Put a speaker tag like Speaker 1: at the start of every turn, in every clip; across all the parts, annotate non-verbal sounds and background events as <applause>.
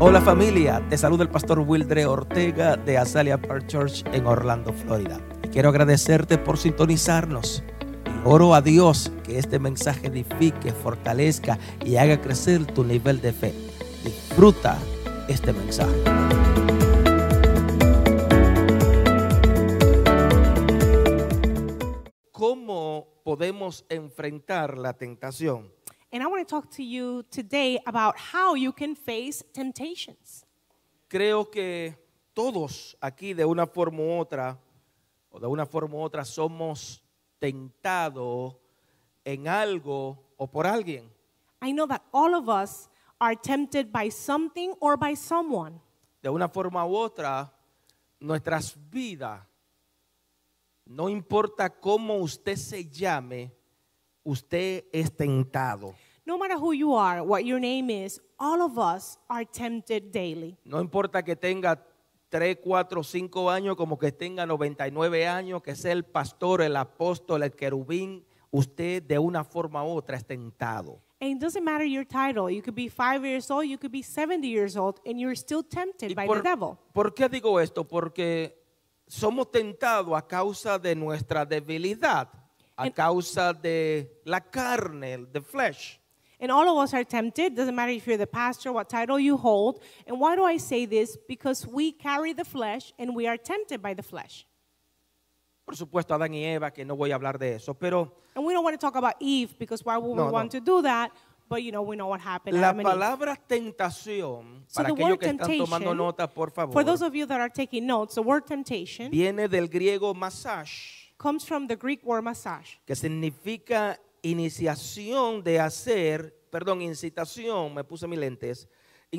Speaker 1: Hola familia, te saluda el pastor Wildre Ortega de Azalea Park Church en Orlando, Florida. Y quiero agradecerte por sintonizarnos. Y oro a Dios que este mensaje edifique, fortalezca y haga crecer tu nivel de fe. Disfruta este mensaje. ¿Cómo podemos enfrentar la tentación?
Speaker 2: And I want to talk to you today about how you can face temptations.
Speaker 1: creo que todos aquí de una forma u otra, o de una forma u otra, somos tentados en algo o por alguien.
Speaker 2: I know that all of us are tempted by something or by someone.
Speaker 1: De una forma u otra, nuestras vidas, no importa cómo usted se llame, usted es tentado.
Speaker 2: No matter who you are, what your name is, all of us are tempted daily.
Speaker 1: No importa que tenga 3, 4, 5 años, como que tenga 99 años, que sea el pastor, el apóstol, el querubín, usted de una forma u otra es tentado.
Speaker 2: And it doesn't matter your title. You could be five years old, you could be 70 years old, and you're still tempted
Speaker 1: ¿Y
Speaker 2: by
Speaker 1: por,
Speaker 2: the devil.
Speaker 1: por qué digo esto? Porque somos tentados a causa de nuestra debilidad, a
Speaker 2: En-
Speaker 1: causa de la carne, the flesh.
Speaker 2: And all of us are tempted. Doesn't matter if you're the pastor, what title you hold. And why do I say this? Because we carry the flesh and we are tempted by the flesh.
Speaker 1: Por supuesto, Adán y Eva, que no voy a hablar de eso, pero
Speaker 2: And we don't want to talk about Eve because why would
Speaker 1: No, no.
Speaker 2: we want to do that? But you know, we know what happened.
Speaker 1: la
Speaker 2: Adam and Eve.
Speaker 1: palabra tentación,
Speaker 2: So
Speaker 1: para
Speaker 2: the
Speaker 1: aquellos
Speaker 2: word
Speaker 1: que están tomando
Speaker 2: temptation,
Speaker 1: nota, por
Speaker 2: for those
Speaker 1: favor,
Speaker 2: of you that are taking notes, the word temptation
Speaker 1: viene del griego massage,
Speaker 2: comes from the Greek word massage,
Speaker 1: que significa iniciación de hacer, perdón, incitación, me puse mis lentes,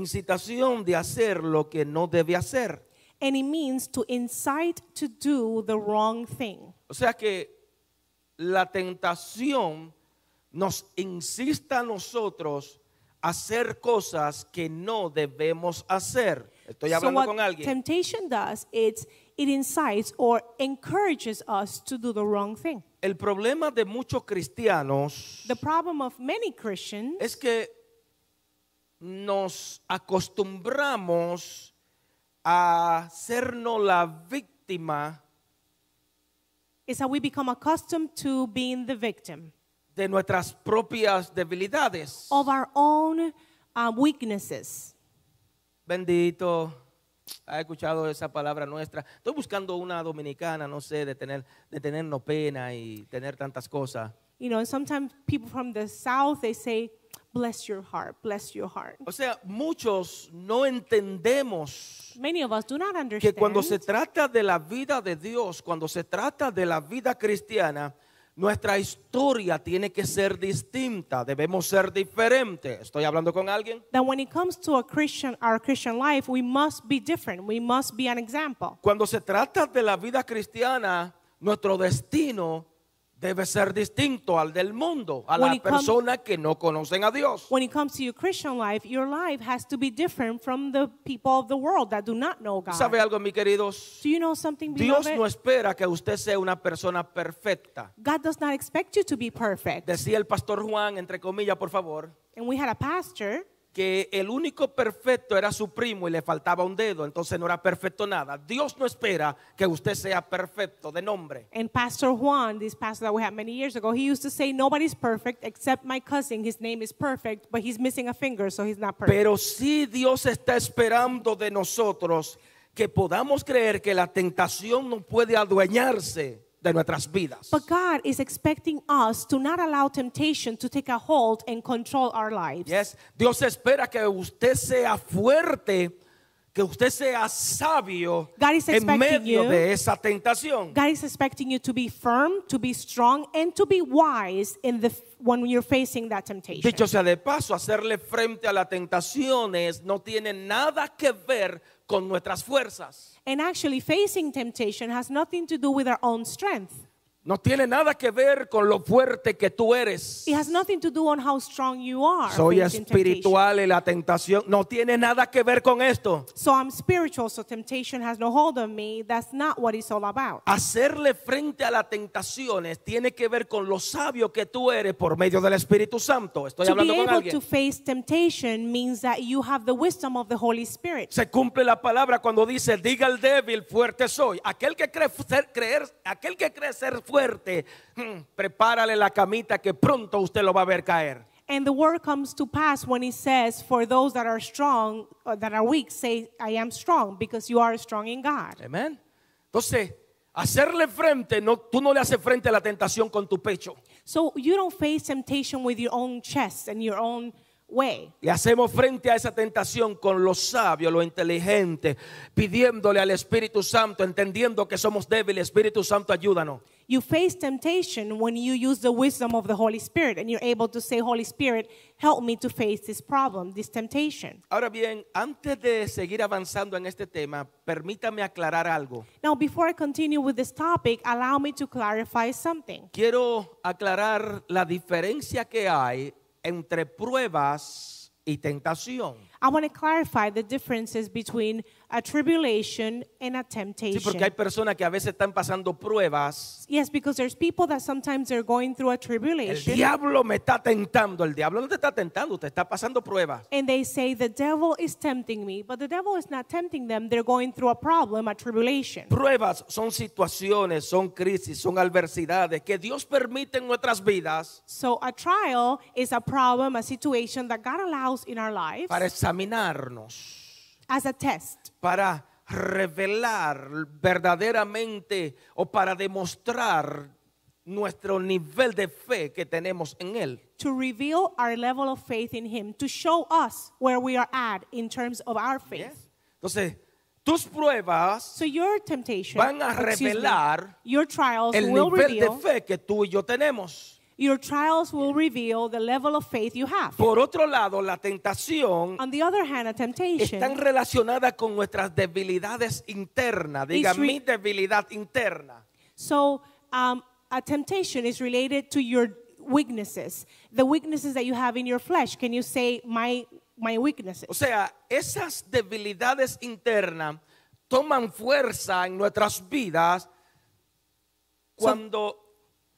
Speaker 1: incitación de hacer lo que no debe hacer.
Speaker 2: and it means to incite to do the wrong thing.
Speaker 1: O sea que la tentación nos insista a nosotros a hacer cosas que no debemos hacer. Estoy
Speaker 2: so
Speaker 1: hablando
Speaker 2: what
Speaker 1: con alguien.
Speaker 2: temptation does, it's, it incites or encourages us to do the wrong thing.
Speaker 1: El problema de muchos cristianos
Speaker 2: The problem of many Christians
Speaker 1: es que nos acostumbramos a hacernos la víctima
Speaker 2: is that we become accustomed to being the victim
Speaker 1: de nuestras propias debilidades.
Speaker 2: of our own uh, weaknesses.
Speaker 1: Bendito. Ha escuchado esa palabra nuestra. Estoy buscando una dominicana, no sé, de tener, de tenernos pena y tener tantas cosas.
Speaker 2: You know, sometimes people from the South, they say, bless your heart, bless your heart.
Speaker 1: O sea, muchos no entendemos
Speaker 2: Many of us do not
Speaker 1: que
Speaker 2: understand
Speaker 1: cuando se trata de la vida de Dios, cuando se trata de la vida cristiana, nuestra historia tiene que ser distinta, debemos ser diferentes. ¿Estoy hablando con alguien?
Speaker 2: that when it comes to a Christian, our Christian life, we must be different. We must be an example.
Speaker 1: Cuando se trata de la vida cristiana, nuestro destino debe ser distinto al del mundo, a
Speaker 2: When
Speaker 1: las
Speaker 2: it comes-
Speaker 1: personas que no conocen a Dios.
Speaker 2: When it comes to your Christian life, your life has to be different from the people of the world that do not know God.
Speaker 1: ¿Sabe algo, mis queridos?
Speaker 2: Do you know something,
Speaker 1: Dios
Speaker 2: beloved?
Speaker 1: no espera que usted sea una persona perfecta.
Speaker 2: God does not expect you to be perfect.
Speaker 1: Decía el pastor Juan, entre comillas, por favor,
Speaker 2: and we had a pastor
Speaker 1: que el único perfecto era su primo y le faltaba un dedo, entonces no era perfecto nada. Dios no espera que usted sea perfecto de nombre.
Speaker 2: and Pastor Juan, this pastor that we had many years ago, he used to say, Nobody's perfect except my cousin. His name is perfect, but he's missing a finger, so he's not perfect.
Speaker 1: Pero sí Dios está esperando de nosotros que podamos creer que la tentación no puede adueñarse de nuestras vidas.
Speaker 2: But God is expecting us to not allow temptation to take a hold and control our lives.
Speaker 1: Yes. Dios espera que usted sea fuerte, que usted sea sabio
Speaker 2: God is
Speaker 1: en
Speaker 2: expecting
Speaker 1: medio
Speaker 2: you.
Speaker 1: de esa tentación.
Speaker 2: God is expecting you to be firm, to be strong, and to be wise in the when you're facing that temptation.
Speaker 1: Dicho sea de paso, hacerle frente a las tentaciones no tiene nada que ver con nuestras fuerzas.
Speaker 2: And actually, facing temptation has nothing to do with our own strength.
Speaker 1: No tiene nada que ver con lo fuerte que tú eres.
Speaker 2: It has nothing to do on how strong you are.
Speaker 1: Soy
Speaker 2: facing temptation.
Speaker 1: espiritual y la tentación no tiene nada que ver con esto.
Speaker 2: So I'm spiritual, so temptation has no hold on me. That's not what it's all about.
Speaker 1: Hacerle frente a las tentaciones tiene que ver con lo sabio que tú eres por medio del Espíritu Santo. Estoy
Speaker 2: to be
Speaker 1: hablando con
Speaker 2: able to
Speaker 1: alguien.
Speaker 2: face temptation means that you have the wisdom of the Holy Spirit.
Speaker 1: Se cumple la palabra cuando dice, diga el débil, fuerte soy. Aquel que cree ser, creer, aquel que cree ser fuerte, mm, prepárale la camita que pronto usted lo va a ver caer.
Speaker 2: And the word comes to pass when it says, For those that are strong, or that are weak, say, I am strong, because you are strong in God.
Speaker 1: Amén. Entonces, hacerle frente, no, tú no le haces frente a la tentación con tu pecho.
Speaker 2: So you don't face temptation with your own chest and your own way.
Speaker 1: Le hacemos frente a esa tentación con lo sabio, lo inteligente, pidiéndole al Espíritu Santo, entendiendo que somos débiles. Espíritu Santo, ayúdanos.
Speaker 2: You face temptation when you use the wisdom of the Holy Spirit and you're able to say, Holy Spirit, help me to face this problem, this temptation.
Speaker 1: Ahora bien, antes de seguir avanzando en este tema, permítame aclarar algo.
Speaker 2: Now, before I continue with this topic, allow me to clarify something.
Speaker 1: Quiero aclarar la diferencia que hay entre pruebas y tentación.
Speaker 2: I want to clarify the differences between a tribulation and a temptation.
Speaker 1: Sí, porque hay personas que a veces están pasando pruebas.
Speaker 2: Yes, because there's people that sometimes they're going through a
Speaker 1: El
Speaker 2: tribulation
Speaker 1: diablo me está tentando. El diablo no te está tentando, te está pasando pruebas.
Speaker 2: and they say the devil is tempting me, but the devil is not tempting them. They're going through a problem, a tribulation.
Speaker 1: Pruebas son situaciones, son crisis, son adversidades que Dios permite en nuestras vidas
Speaker 2: So a trial is a problem, a situation that God allows in our lives
Speaker 1: para examinarnos,
Speaker 2: as a test
Speaker 1: para revelar verdaderamente o para demostrar nuestro nivel de fe que tenemos en Él.
Speaker 2: to reveal our level of faith in Him, to show us where we are at in terms of our faith.
Speaker 1: Entonces, tus pruebas,
Speaker 2: So your temptation,
Speaker 1: Van a
Speaker 2: excuse me,
Speaker 1: revelar
Speaker 2: your trials
Speaker 1: el
Speaker 2: will
Speaker 1: nivel de
Speaker 2: reveal,
Speaker 1: fe que tú y yo tenemos.
Speaker 2: your trials will reveal the level of faith you have.
Speaker 1: Por otro lado, la tentación
Speaker 2: On the other hand, a
Speaker 1: están
Speaker 2: temptation
Speaker 1: relacionadas con nuestras debilidades internas. Diga,
Speaker 2: It's re-
Speaker 1: mi debilidad interna.
Speaker 2: So um, a temptation is related to your weaknesses, the weaknesses that you have in your flesh. Can you say my my weaknesses?
Speaker 1: O sea, esas debilidades internas toman fuerza en nuestras vidas cuando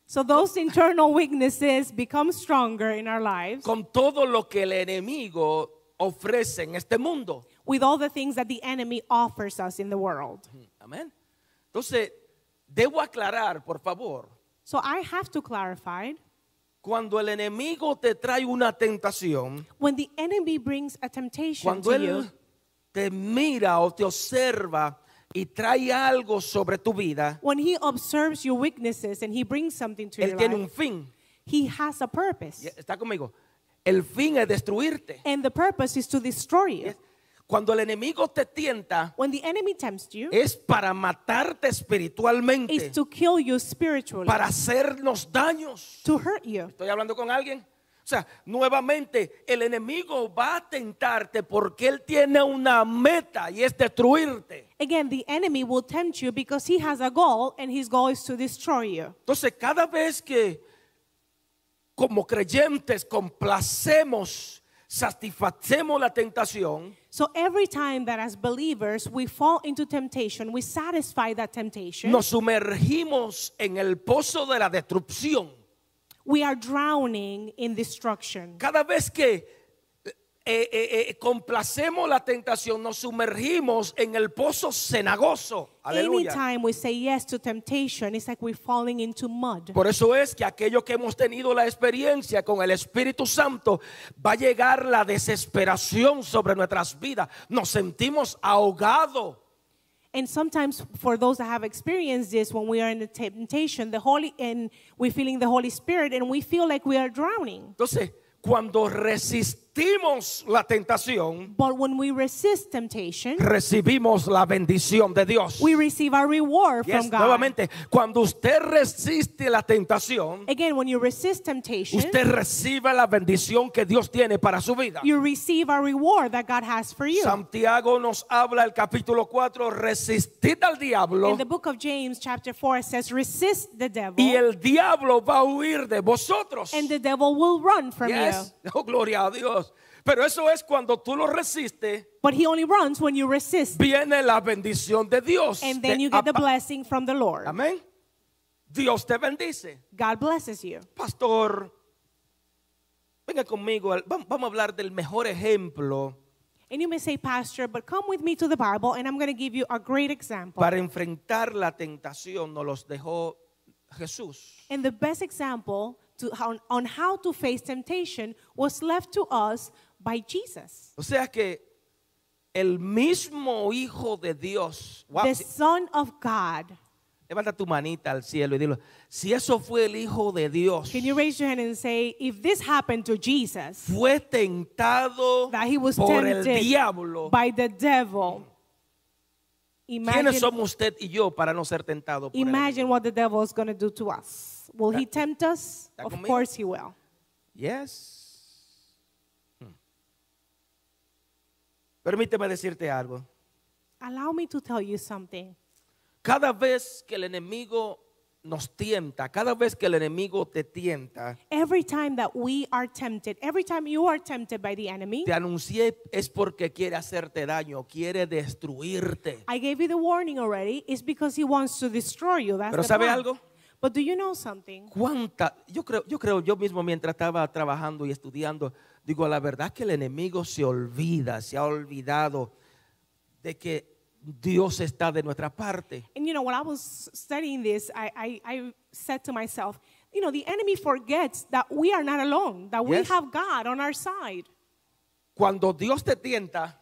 Speaker 2: So those internal weaknesses become stronger in our lives
Speaker 1: con todo lo que el enemigo ofrece en este mundo.
Speaker 2: with all the things that the enemy offers us in the world.
Speaker 1: Amén. Entonces, debo aclarar, por favor,
Speaker 2: So I have to clarify
Speaker 1: cuando el enemigo te trae una tentación,
Speaker 2: when the enemy brings a temptation
Speaker 1: cuando
Speaker 2: to you,
Speaker 1: él te mira o te observa y trae algo sobre tu vida,
Speaker 2: when he observes your weaknesses and he brings something to
Speaker 1: él
Speaker 2: your
Speaker 1: tiene
Speaker 2: life,
Speaker 1: un fin.
Speaker 2: he has a purpose.
Speaker 1: Está conmigo. El fin es destruirte.
Speaker 2: And the purpose is to destroy you.
Speaker 1: Es- Cuando el enemigo te tienta,
Speaker 2: When the enemy tempts you,
Speaker 1: es para matarte espiritualmente,
Speaker 2: is to kill you spiritually,
Speaker 1: para hacernos daños.
Speaker 2: to hurt you.
Speaker 1: Estoy hablando con alguien. O sea, nuevamente, el enemigo va a tentarte porque él tiene una meta y es destruirte.
Speaker 2: Again, the enemy will tempt you because he has a goal and his goal is to destroy you.
Speaker 1: Entonces, cada vez que como creyentes complacemos, satisfacemos la tentación,
Speaker 2: So every time that as believers we fall into temptation, we satisfy that temptation,
Speaker 1: nos sumergimos en el pozo de la destrucción.
Speaker 2: we are drowning in destruction.
Speaker 1: Cada vez que eh, eh, eh, complacemos la tentación, nos sumergimos en el pozo cenagoso. Aleluya.
Speaker 2: Anytime we say yes to temptation, it's like we're falling into mud.
Speaker 1: Por eso es que aquellos que hemos tenido la experiencia con el Espíritu Santo, va a llegar la desesperación sobre nuestras vidas. Nos sentimos ahogados.
Speaker 2: And sometimes for those that have experienced this, when we are in the temptation, the Holy and we're feeling the Holy Spirit and we feel like we are drowning.
Speaker 1: Entonces, cuando resistimos resistimos la tentación,
Speaker 2: But when we resist temptation,
Speaker 1: recibimos la bendición de Dios.
Speaker 2: we receive our reward
Speaker 1: Yes,
Speaker 2: from God.
Speaker 1: nuevamente, cuando usted resiste la tentación,
Speaker 2: Again, when you resist temptation,
Speaker 1: usted recibe la bendición que Dios tiene para su vida.
Speaker 2: you receive a reward that God has for you.
Speaker 1: Santiago nos habla el capítulo 4, resistid al diablo
Speaker 2: In the book of James, chapter 4, it says, Resist the devil,
Speaker 1: y el diablo va a huir de vosotros.
Speaker 2: and the devil will run from
Speaker 1: Yes. <laughs>
Speaker 2: you.
Speaker 1: Oh, gloria a Dios. Pero eso es cuando tú lo resistes,
Speaker 2: But he only runs when you resist,
Speaker 1: viene la bendición de Dios.
Speaker 2: and then
Speaker 1: De
Speaker 2: you get the
Speaker 1: apa-
Speaker 2: blessing from the Lord.
Speaker 1: Amén. Dios te bendice.
Speaker 2: God blesses you.
Speaker 1: Pastor, venga conmigo, al- vam- vamos a hablar del mejor ejemplo
Speaker 2: And you may say, Pastor, but come with me to the Bible, and I'm going to give you a great example.
Speaker 1: para enfrentar la tentación. Nos los dejó Jesús.
Speaker 2: And the best example to, on, on how to face temptation was left to us by Jesus,
Speaker 1: O sea que el mismo Hijo de Dios, wow,
Speaker 2: the
Speaker 1: si-
Speaker 2: Son of God.
Speaker 1: levanta tu manita al cielo y dilo, si eso fue el Hijo de Dios,
Speaker 2: Can you raise your hand and say, if this happened to Jesus,
Speaker 1: fue tentado
Speaker 2: that he was
Speaker 1: por el
Speaker 2: tempted
Speaker 1: diablo,
Speaker 2: by the devil,
Speaker 1: ¿quiénes
Speaker 2: imagine,
Speaker 1: somos usted y yo para no ser tentados por el diablo?
Speaker 2: imagine what the devil is going to do to us. Will he tempt us?
Speaker 1: está
Speaker 2: Of
Speaker 1: conmigo?
Speaker 2: course he will.
Speaker 1: Yes. Hmm. Permíteme decirte algo.
Speaker 2: Allow me to tell you something.
Speaker 1: Cada vez que el enemigo nos tienta, cada vez que el enemigo te tienta,
Speaker 2: Every time that we are tempted, every time you are tempted by the enemy,
Speaker 1: te anuncié es porque quiere hacerte daño, quiere destruirte.
Speaker 2: I gave you the warning already. It's because he wants to destroy you. That's
Speaker 1: Pero
Speaker 2: the
Speaker 1: ¿sabe
Speaker 2: plan.
Speaker 1: algo?
Speaker 2: But do you know something?
Speaker 1: Cuánta, yo creo, yo creo yo mismo mientras estaba trabajando y estudiando, digo, la verdad que el enemigo se olvida, se ha olvidado de que Dios está de nuestra parte.
Speaker 2: And you know, when I was studying this, I, I, I said to myself, you know, the enemy forgets that we are not alone, that
Speaker 1: Yes.
Speaker 2: we have God on our side.
Speaker 1: Cuando Dios te tienta,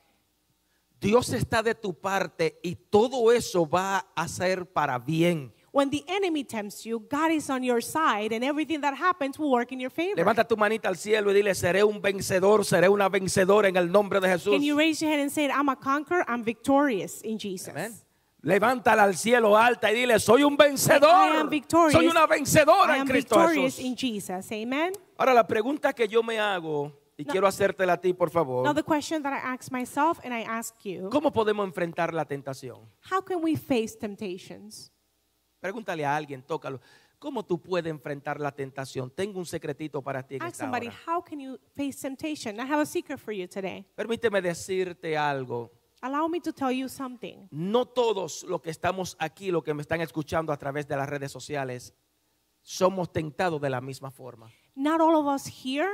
Speaker 1: Dios está de tu parte y todo eso va a ser para bien.
Speaker 2: When the enemy tempts you, God is on your side, and everything that happens will work in your favor.
Speaker 1: Levanta tu manita al cielo y dile, seré un vencedor, seré una vencedora en el nombre de Jesús.
Speaker 2: Can you raise your hand and say, I'm a conqueror, I'm victorious in Jesus?
Speaker 1: Amén. Levántala al cielo alta y dile, soy un
Speaker 2: I am
Speaker 1: vencedor.
Speaker 2: victorious.
Speaker 1: Soy una vencedora
Speaker 2: I
Speaker 1: en
Speaker 2: am
Speaker 1: Cristo
Speaker 2: victorious
Speaker 1: Jesús.
Speaker 2: in Jesus. Amen.
Speaker 1: Ahora la pregunta que yo me hago y quiero hacértela a ti, por
Speaker 2: Now,
Speaker 1: favor.
Speaker 2: the question that I ask myself and I ask you
Speaker 1: ¿Cómo podemos enfrentar la tentación?
Speaker 2: how can we face temptations?
Speaker 1: Pregúntale a alguien, tócalo. ¿Cómo tú puedes enfrentar la tentación? Tengo un secretito para ti en
Speaker 2: Ask
Speaker 1: esta
Speaker 2: somebody,
Speaker 1: hora.
Speaker 2: how can you face temptation? I have a secret for you today.
Speaker 1: Permíteme decirte algo.
Speaker 2: Allow me to tell you something.
Speaker 1: No todos los que estamos aquí, los que me están escuchando a través de las redes sociales, somos tentados de la misma forma.
Speaker 2: Not all of us here,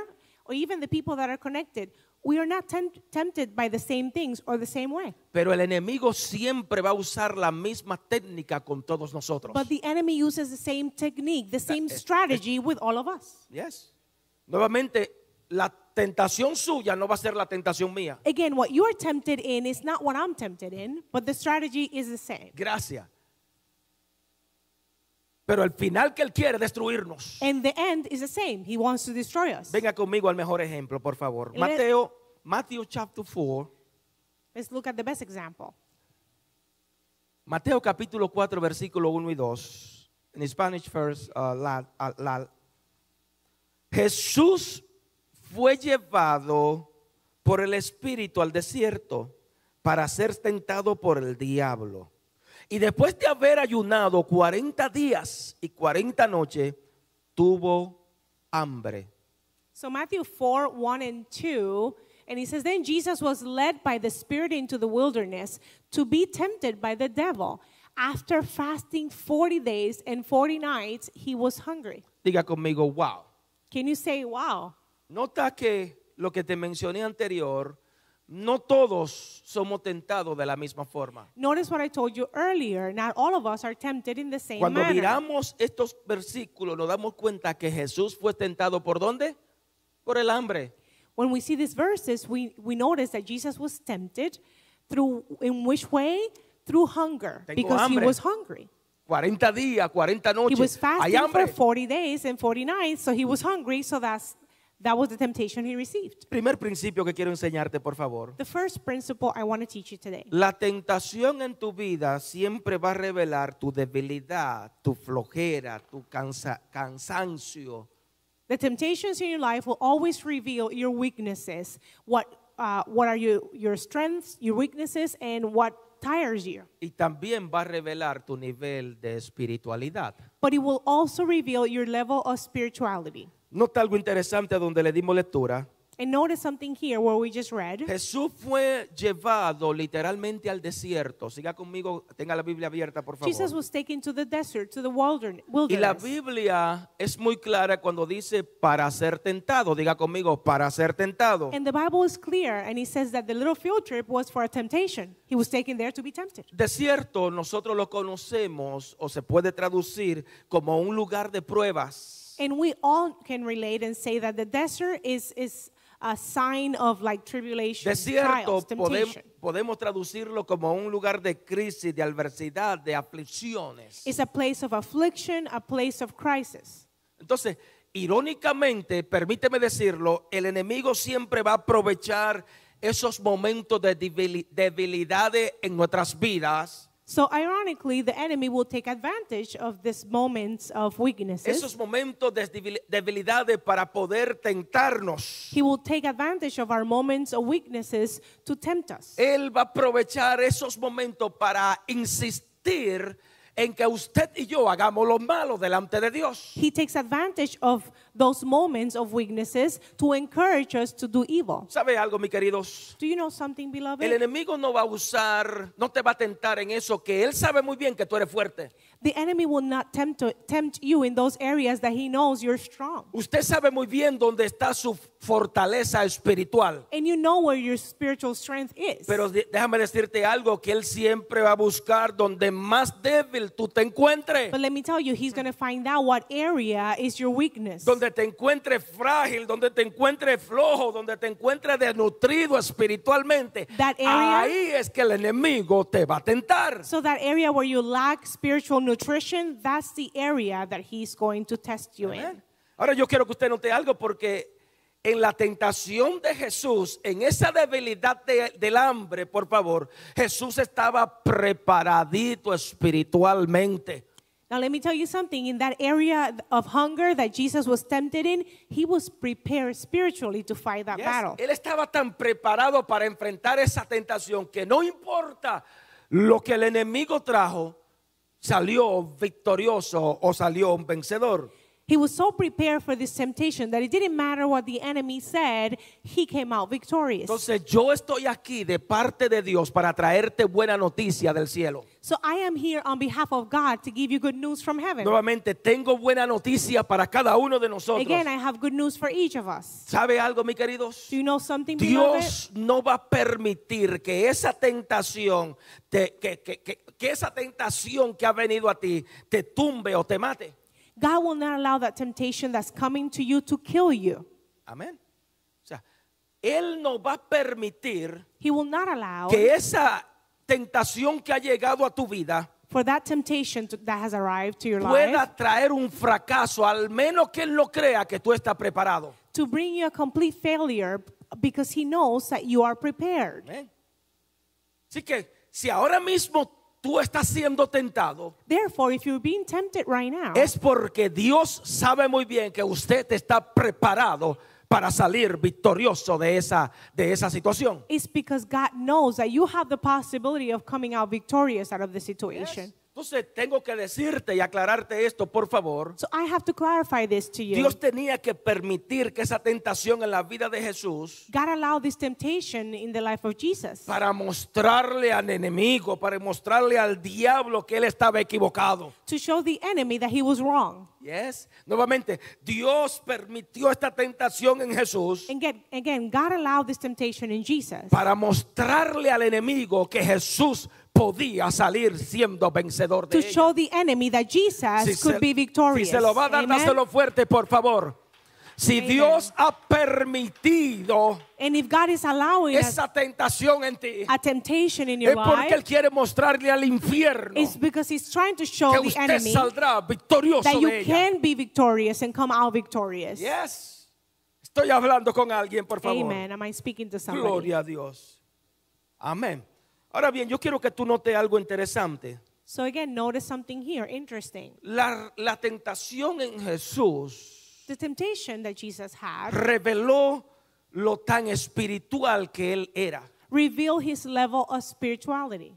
Speaker 2: or even the people that are connected, we are not temp- tempted by the same things or the same way.
Speaker 1: Pero el enemigo siempre va a usar la misma técnica con todos nosotros.
Speaker 2: But the enemy uses the same technique, the same
Speaker 1: eh, eh.
Speaker 2: strategy with all of us.
Speaker 1: Yes. Nuevamente, la tentación suya no va a ser la tentación mía.
Speaker 2: Again, what you are tempted in is not what I'm tempted in, but the strategy is the same.
Speaker 1: Gracias. Pero el final que él quiere es destruirnos.
Speaker 2: And the end is the same. He wants to destroy us.
Speaker 1: Venga conmigo al mejor ejemplo, por favor.
Speaker 2: Él es-
Speaker 1: Mateo, Mateo chapter 4.
Speaker 2: Let's look at the best example.
Speaker 1: Mateo capítulo 4, versículo 1 y 2. En Spanish first, uh, la- uh, la- Jesús fue llevado por el Espíritu al desierto para ser tentado por el diablo. Y después de haber ayunado 40 días y 40 noches, tuvo hambre.
Speaker 2: So Matthew 4, 1 and 2, and he says, Then Jesus was led by the Spirit into the wilderness to be tempted by the devil. After fasting 40 days and 40 nights, he was hungry.
Speaker 1: Diga conmigo, wow.
Speaker 2: Can you say, wow?
Speaker 1: Nota que lo que te mencioné anterior, no todos somos tentados de la misma forma.
Speaker 2: Notice what I told you earlier. Not all of us are tempted in the same
Speaker 1: Cuando
Speaker 2: manner.
Speaker 1: miramos estos versículos, nos damos cuenta que Jesús fue tentado por dónde? Por el hambre.
Speaker 2: When we see these verses, we, we notice that Jesus was tempted through in which way? Through hunger.
Speaker 1: Tengo
Speaker 2: because
Speaker 1: hambre.
Speaker 2: he was hungry.
Speaker 1: 40 días, 40
Speaker 2: He
Speaker 1: noches.
Speaker 2: was
Speaker 1: Hay
Speaker 2: fasting for
Speaker 1: hambre.
Speaker 2: 40 days and 40 nights, so he was hungry, so that's That was the temptation he received.
Speaker 1: Primer principio que quiero enseñarte, por favor.
Speaker 2: The first principle I want to teach you today
Speaker 1: La tentación en tu vida siempre va a revelar tu debilidad, tu flojera, tu cansa- cansancio.
Speaker 2: the temptations in your life will always reveal your weaknesses. What, uh, what are you, your strengths, your weaknesses, and what tires you.
Speaker 1: Y también va a revelar tu nivel de espiritualidad.
Speaker 2: But it will also reveal your level of spirituality.
Speaker 1: Nota algo interesante donde le dimos lectura.
Speaker 2: And notice something here where we just read.
Speaker 1: Jesús fue llevado literalmente al desierto. Siga conmigo, tenga la Biblia abierta, por favor.
Speaker 2: Jesus was taken to the desert, to the wildern-
Speaker 1: Y la
Speaker 2: wilderness.
Speaker 1: Biblia es muy clara cuando dice para ser tentado. Diga conmigo, para ser tentado.
Speaker 2: And the Bible is clear, and it says that the little field trip was for a temptation. He was taken there to be tempted.
Speaker 1: Desierto nosotros lo conocemos o se puede traducir como un lugar de pruebas.
Speaker 2: And we all can relate and say that the desert is, is a sign of like tribulation,
Speaker 1: Desierto
Speaker 2: trials,
Speaker 1: podemos,
Speaker 2: temptation.
Speaker 1: podemos traducirlo como un lugar de crisis, de adversidad, de aflicciones.
Speaker 2: It's a place of affliction, a place of crisis.
Speaker 1: Entonces, irónicamente, permíteme decirlo, el enemigo siempre va a aprovechar esos momentos de debili- debilidades en nuestras vidas,
Speaker 2: So ironically, the enemy will take advantage of these moments of weaknesses.
Speaker 1: esos momentos de debil- debilidades para poder tentarnos.
Speaker 2: He will take advantage of our moments of weaknesses to tempt us.
Speaker 1: Él va a aprovechar esos momentos para insistir en que usted y yo hagamos lo malo delante de Dios.
Speaker 2: He takes advantage of those moments of weaknesses to encourage us to do evil.
Speaker 1: ¿Sabe algo, mis queridos?
Speaker 2: Do you know something, beloved?
Speaker 1: El enemigo no va a usar, no te va a tentar en eso, que él sabe muy bien que tú eres fuerte.
Speaker 2: The enemy will not tempt, tempt you in those areas that he knows you're strong.
Speaker 1: Usted sabe muy bien dónde está su fortaleza espiritual.
Speaker 2: And you know where your spiritual strength is.
Speaker 1: Pero de- déjame decirte algo, que Él siempre va a buscar donde más débil tú te encuentres.
Speaker 2: but let me tell you, he's going to find out what area is your weakness.
Speaker 1: Donde te encuentres frágil, donde te encuentres flojo, donde te encuentres desnutrido espiritualmente.
Speaker 2: That area-
Speaker 1: Ahí es que el enemigo te va a tentar.
Speaker 2: so that area where you lack spiritual nutrition, that's the area that he's going to test you in.
Speaker 1: Amén. Ahora yo quiero que usted note algo porque en la tentación de Jesús, en esa debilidad de- del hambre, por favor, Jesús estaba preparadito espiritualmente.
Speaker 2: Now, let me tell you something. In that area of hunger that Jesus was tempted in, he was prepared spiritually to fight that
Speaker 1: Yes,
Speaker 2: battle.
Speaker 1: Él estaba tan preparado para enfrentar esa tentación que no importa lo que el enemigo trajo, salió victorioso o salió un vencedor.
Speaker 2: He was so prepared for this temptation that it didn't matter what the enemy said, he came out victorious.
Speaker 1: Entonces yo estoy aquí de parte de Dios para traerte buena noticia del cielo.
Speaker 2: So I am here on behalf of God to give you good news from heaven.
Speaker 1: Nuevamente, tengo buena noticia para cada uno de nosotros.
Speaker 2: Again, I have good news for each of us.
Speaker 1: ¿Sabe algo, mis queridos?
Speaker 2: Do you know something, beloved?
Speaker 1: Dios no va a permitir que esa tentación, te- que, que- que- que esa tentación que ha venido a ti te tumbe o te mate.
Speaker 2: God will not allow that temptation that's coming to you to kill you.
Speaker 1: Amén. O sea, Él no va a permitir
Speaker 2: He will not allow
Speaker 1: que esa tentación que ha llegado a tu vida
Speaker 2: for that temptation to, that has arrived to your life
Speaker 1: pueda traer un fracaso, al menos que Él no crea que tú estás preparado.
Speaker 2: to bring you a complete failure because he knows that you are prepared.
Speaker 1: Amén. Así que si ahora mismo tú estás siendo tentado,
Speaker 2: Therefore, if you're being tempted right now,
Speaker 1: es porque Dios sabe muy bien que usted está preparado para salir victorioso de esa, de esa situación.
Speaker 2: it's because God knows that you have the possibility of coming out victorious out of the situation.
Speaker 1: Entonces tengo que decirte y aclararte esto, por favor.
Speaker 2: So I have to clarify this to you.
Speaker 1: Dios tenía que permitir que esa tentación en la vida de Jesús
Speaker 2: God allowed this temptation in the life of Jesus
Speaker 1: para mostrarle al enemigo, para mostrarle al diablo que él estaba equivocado.
Speaker 2: to show the enemy that he was wrong.
Speaker 1: Yes. Nuevamente, Dios permitió esta tentación en Jesús
Speaker 2: And get, again, God allowed this temptation in Jesus
Speaker 1: para mostrarle al enemigo que Jesús podía salir siendo vencedor de
Speaker 2: to
Speaker 1: ella.
Speaker 2: show the enemy that Jesus
Speaker 1: Si
Speaker 2: could
Speaker 1: se-
Speaker 2: be victorious.
Speaker 1: si se lo va a dar,
Speaker 2: Amen?
Speaker 1: dáselo fuerte, por favor. Si
Speaker 2: Amen.
Speaker 1: Dios ha permitido
Speaker 2: And if God is allowing us
Speaker 1: esa tentación en ti,
Speaker 2: a temptation in your
Speaker 1: es porque él
Speaker 2: life,
Speaker 1: quiere mostrarle al infierno
Speaker 2: it's because He's trying to show
Speaker 1: que
Speaker 2: the
Speaker 1: usted
Speaker 2: enemy
Speaker 1: saldrá victorioso
Speaker 2: that you
Speaker 1: de ella.
Speaker 2: can be victorious and come out victorious.
Speaker 1: Yes. Estoy hablando con alguien, por favor.
Speaker 2: Amen. Am I speaking to somebody?
Speaker 1: Gloria a Dios. Amén. Ahora bien, yo quiero que tú notes algo interesante.
Speaker 2: So again, notice something here. Interesting.
Speaker 1: La, la tentación en Jesús
Speaker 2: The temptation that Jesus had
Speaker 1: reveló lo tan espiritual que él era.
Speaker 2: revealed his level of spirituality.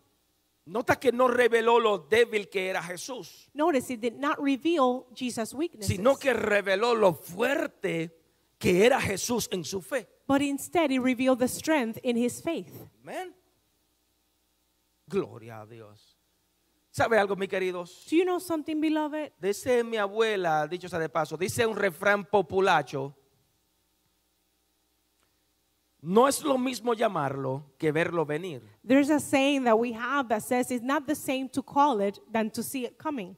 Speaker 1: Nota que no reveló lo débil que era Jesús,
Speaker 2: Notice it did not reveal Jesus' weaknesses,
Speaker 1: sino que reveló lo fuerte que era Jesús en su fe.
Speaker 2: but instead it revealed the strength in his faith.
Speaker 1: Amén. Gloria a Dios. ¿Sabe algo, mis queridos?
Speaker 2: Do you know something, beloved?
Speaker 1: Dice mi abuela, dicho sea de paso, dice un refrán populacho. No es lo mismo llamarlo que verlo venir.
Speaker 2: There's a saying that we have that says it's not the same to call it than to see it coming.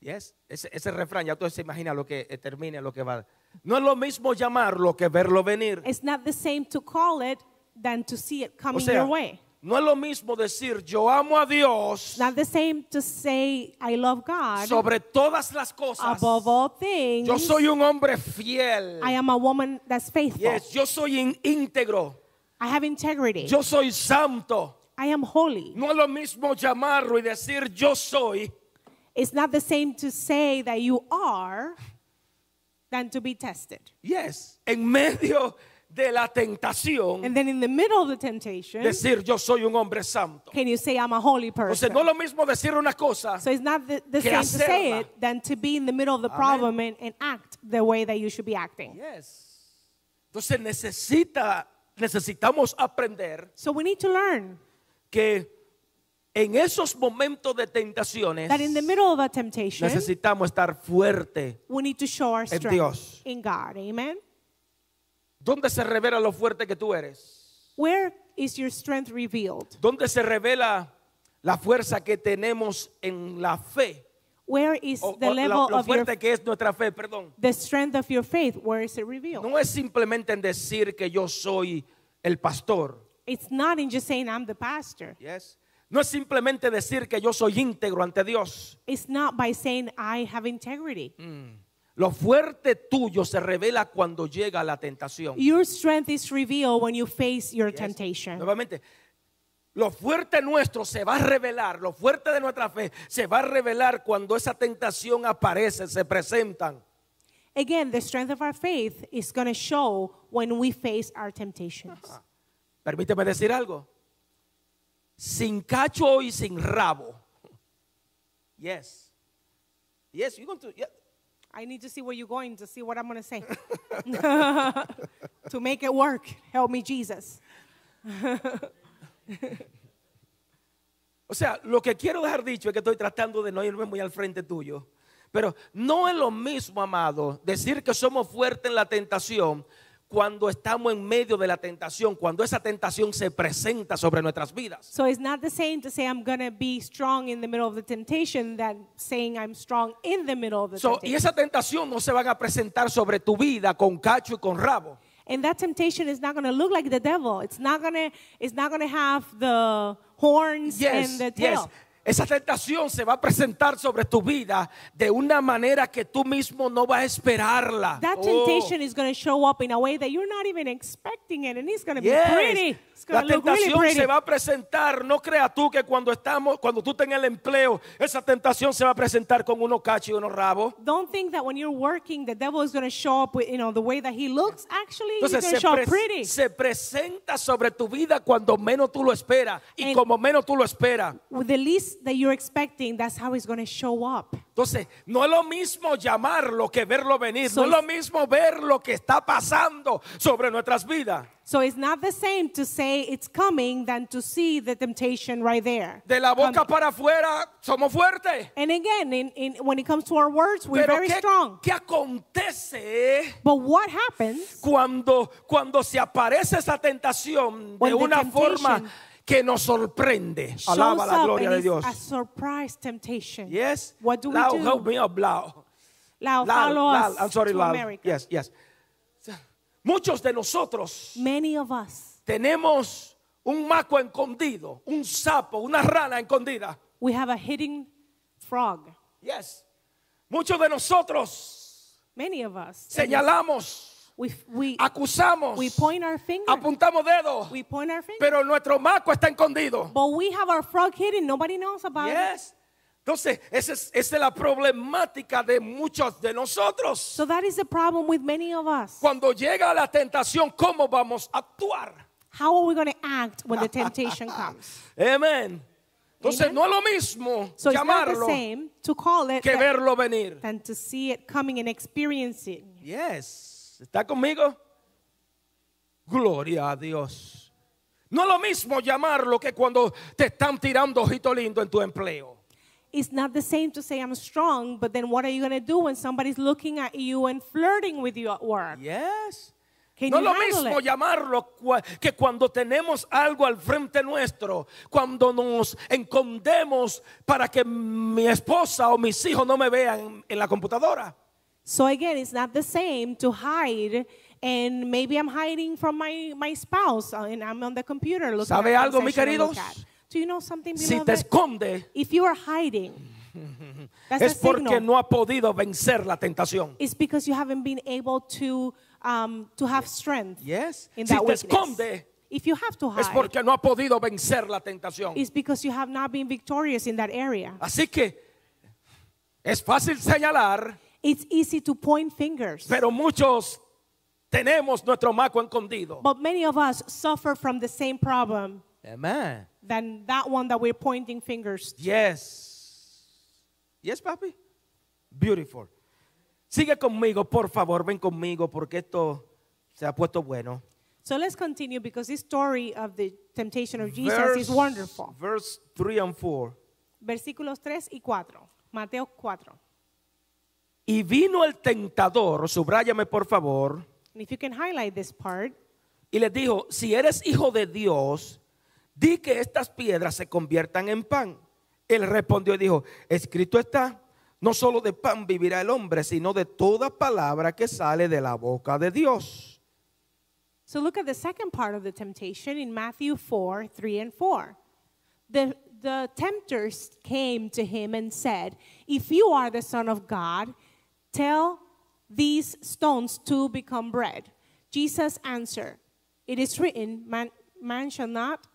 Speaker 1: Yes. Ese, ese refrán, ya usted se imagina lo que eh, termina, lo que va. No es lo mismo llamarlo que verlo venir.
Speaker 2: It's not the same to call it than to see it
Speaker 1: O
Speaker 2: coming
Speaker 1: sea,
Speaker 2: your way.
Speaker 1: no es lo mismo decir yo amo a Dios
Speaker 2: Not the same to say I love God
Speaker 1: sobre todas las cosas.
Speaker 2: above all things.
Speaker 1: Yo soy un hombre fiel.
Speaker 2: I am a woman that's faithful.
Speaker 1: Yes, yo soy in- íntegro.
Speaker 2: I have integrity.
Speaker 1: Yo soy santo.
Speaker 2: I am holy.
Speaker 1: No es lo mismo llamarlo y decir yo soy
Speaker 2: It's not the same to say that you are than to be tested.
Speaker 1: Yes, en medio de la tentación,
Speaker 2: And then in the middle of the temptation,
Speaker 1: decir yo soy un hombre santo.
Speaker 2: can you say I'm a holy
Speaker 1: Entonces,
Speaker 2: person?
Speaker 1: no es lo mismo decir una cosa
Speaker 2: So it's not the, the
Speaker 1: Que
Speaker 2: same to say
Speaker 1: hacerla.
Speaker 2: it than to be in the middle of the
Speaker 1: Amén.
Speaker 2: problem and, and act the way that you should be acting.
Speaker 1: Yes. Entonces necesita, necesitamos aprender
Speaker 2: So we need to learn
Speaker 1: que en esos momentos de tentaciones
Speaker 2: that in the middle of a temptation,
Speaker 1: necesitamos estar fuerte.
Speaker 2: we need to show our strength
Speaker 1: Dios.
Speaker 2: in God. Amen.
Speaker 1: ¿Dónde se revela lo fuerte que tú eres?
Speaker 2: Where is your strength revealed?
Speaker 1: ¿Dónde se revela la fuerza que tenemos en la fe?
Speaker 2: Where is
Speaker 1: O-
Speaker 2: the
Speaker 1: o la-
Speaker 2: level
Speaker 1: lo
Speaker 2: of your
Speaker 1: fuerte que es nuestra fe, perdón.
Speaker 2: the strength of your faith? Where is it revealed?
Speaker 1: No es simplemente en decir que yo soy el pastor.
Speaker 2: It's not in just saying I'm the pastor.
Speaker 1: Yes. No es simplemente decir que yo soy íntegro ante Dios.
Speaker 2: It's not by saying I have integrity.
Speaker 1: Mm. Lo fuerte tuyo se revela cuando llega la tentación.
Speaker 2: Your strength is revealed when you face your
Speaker 1: Yes.
Speaker 2: temptation.
Speaker 1: Nuevamente, lo fuerte nuestro se va a revelar, lo fuerte de nuestra fe se va a revelar cuando esa tentación aparece, se presentan.
Speaker 2: Again, the strength of our faith is going to show when we face our temptations.
Speaker 1: <laughs> Permíteme decir algo. Sin cacho y sin rabo. Yes. Yes, you're going to- yeah.
Speaker 2: I need to see where you're going to see what I'm going
Speaker 1: <laughs>
Speaker 2: to say. <laughs> to make it work, help me, Jesus.
Speaker 1: O sea, lo que quiero dejar dicho es que estoy tratando de no irme muy al frente tuyo. Pero no es lo mismo, amado, decir que somos fuertes en la tentación cuando estamos en medio de la tentación, cuando esa tentación se presenta sobre nuestras vidas.
Speaker 2: So it's not the same to say I'm going to be strong in the middle of the temptation than saying I'm strong in the middle of the
Speaker 1: So, y
Speaker 2: temptation.
Speaker 1: esa tentación no se van a presentar sobre tu vida con cacho y con rabo.
Speaker 2: And that temptation is not going to look like the devil. It's not going to it's not going to have the horns
Speaker 1: Yes,
Speaker 2: and the
Speaker 1: yes.
Speaker 2: tail.
Speaker 1: Esa tentación se va a presentar sobre tu vida de una manera que tú mismo no vas a esperarla.
Speaker 2: That
Speaker 1: Oh.
Speaker 2: temptation is going to show up in a way that you're not even expecting it, and it's going to
Speaker 1: Yes.
Speaker 2: be pretty. It's
Speaker 1: La
Speaker 2: going to look really
Speaker 1: tentación
Speaker 2: pretty.
Speaker 1: se va a presentar. No creas tú que cuando estamos, cuando tú tengas el empleo, esa tentación se va a presentar con unos cachos y unos rabos.
Speaker 2: Don't think that when you're working, the devil is going to show up with you know the way that he looks. Actually, he's
Speaker 1: Entonces
Speaker 2: going
Speaker 1: se,
Speaker 2: to show
Speaker 1: pre-
Speaker 2: up pretty.
Speaker 1: se presenta sobre tu vida cuando menos tú lo esperas y
Speaker 2: And-
Speaker 1: como menos tú lo esperas.
Speaker 2: With the least that you're expecting, that's how he's going to show up.
Speaker 1: Entonces, no es lo mismo llamarlo que verlo venir,
Speaker 2: So
Speaker 1: no es lo
Speaker 2: it's-
Speaker 1: mismo ver lo que está pasando sobre nuestras vidas.
Speaker 2: So it's not the same to say it's coming than to see the temptation right there.
Speaker 1: De la boca
Speaker 2: Coming.
Speaker 1: para afuera somos fuertes.
Speaker 2: And again, in, in, when it comes to our words, we're
Speaker 1: Pero
Speaker 2: very
Speaker 1: ¿qué,
Speaker 2: strong.
Speaker 1: qué acontece
Speaker 2: But what happens
Speaker 1: cuando, cuando se aparece esa tentación de
Speaker 2: When the
Speaker 1: una
Speaker 2: temptation
Speaker 1: forma que nos sorprende?
Speaker 2: shows
Speaker 1: Alaba la
Speaker 2: up
Speaker 1: gloria
Speaker 2: and
Speaker 1: de
Speaker 2: is
Speaker 1: Dios.
Speaker 2: a surprise temptation.
Speaker 1: Yes.
Speaker 2: What do we
Speaker 1: Lao,
Speaker 2: do?
Speaker 1: help me up, Lao.
Speaker 2: Lao,
Speaker 1: Lao,
Speaker 2: follow
Speaker 1: Lao,
Speaker 2: us
Speaker 1: I'm sorry,
Speaker 2: to
Speaker 1: Lao.
Speaker 2: America.
Speaker 1: Yes, yes. Muchos de nosotros
Speaker 2: Many of us,
Speaker 1: tenemos un maco escondido, un sapo, una rana escondida.
Speaker 2: we have a hidden frog.
Speaker 1: Yes. Muchos de nosotros
Speaker 2: Many of us.
Speaker 1: señalamos
Speaker 2: We, we,
Speaker 1: Ah, acusamos,
Speaker 2: we point our finger.
Speaker 1: apuntamos dedos,
Speaker 2: We point our finger.
Speaker 1: ah, pero nuestro maco está escondido.
Speaker 2: But we have our frog hidden. Nobody knows about it.
Speaker 1: Yes. Entonces, esa es, esa es la problemática de muchos de nosotros.
Speaker 2: So that is the problem with many of us.
Speaker 1: Cuando llega la tentación, ¿cómo vamos a actuar?
Speaker 2: How are we going to act when the temptation comes?
Speaker 1: Amén. Entonces,
Speaker 2: Amen.
Speaker 1: no es lo mismo
Speaker 2: So it's not the
Speaker 1: llamarlo
Speaker 2: same to call it
Speaker 1: que
Speaker 2: than-
Speaker 1: verlo venir.
Speaker 2: than to see it coming and experiencing.
Speaker 1: Yes. ¿Está conmigo? Gloria a Dios. No es lo mismo llamarlo que cuando te están tirando ojito lindo en tu empleo.
Speaker 2: It's not the same to say I'm strong, but then what are you going to do when somebody's looking at you and flirting with you at work?
Speaker 1: Yes.
Speaker 2: Can
Speaker 1: no es
Speaker 2: you
Speaker 1: lo
Speaker 2: handle
Speaker 1: mismo
Speaker 2: it?
Speaker 1: llamarlo cua- que cuando tenemos algo al frente nuestro, cuando nos escondemos para que mi esposa o mis hijos no me vean en la computadora.
Speaker 2: So again, it's not the same to hide, and maybe I'm hiding from my, my spouse, uh, and I'm on the computer looking
Speaker 1: ¿Sabe
Speaker 2: at
Speaker 1: algo, mis
Speaker 2: things I shouldn't look
Speaker 1: queridos?
Speaker 2: at. Do you know something,
Speaker 1: Si te
Speaker 2: beloved?
Speaker 1: esconde
Speaker 2: If you
Speaker 1: <laughs>
Speaker 2: are hiding, that's
Speaker 1: es
Speaker 2: a
Speaker 1: porque
Speaker 2: signal.
Speaker 1: no ha podido vencer la tentación.
Speaker 2: It's because you haven't been able to um, to have strength
Speaker 1: Yes.
Speaker 2: in
Speaker 1: Si
Speaker 2: that
Speaker 1: te
Speaker 2: weakness.
Speaker 1: esconde
Speaker 2: if you have to
Speaker 1: es
Speaker 2: hide,
Speaker 1: porque no ha podido vencer la tentación.
Speaker 2: it's because you have not been victorious in that area.
Speaker 1: Así que es fácil señalar,
Speaker 2: It's easy to point fingers.
Speaker 1: pero muchos tenemos nuestro maco escondido.
Speaker 2: But many of us suffer from the same problem
Speaker 1: Amén.
Speaker 2: than that one that we're pointing fingers.
Speaker 1: Yes. Yes, papi. Beautiful. Sigue conmigo, por favor, ven conmigo, porque esto se ha puesto bueno.
Speaker 2: So let's continue because this story of the temptation of Jesus
Speaker 1: Verse-
Speaker 2: is wonderful.
Speaker 1: Verse 3 and 4.
Speaker 2: Versículos 3 y 4. Mateo 4.
Speaker 1: Y vino el tentador, subráyame por favor,
Speaker 2: And if you can highlight this part,
Speaker 1: y les dijo, si eres hijo de Dios, di que estas piedras se conviertan en pan. Él respondió y dijo, escrito está, no solo de pan vivirá el hombre, sino de toda palabra que sale de la boca de Dios.
Speaker 2: So look at the second part of the temptation in Matthew 4 3 and 4. The, the tempters came to him and said, If you are the Son of God, tell these stones to become bread. Jesus answered, It is written, man, man shall not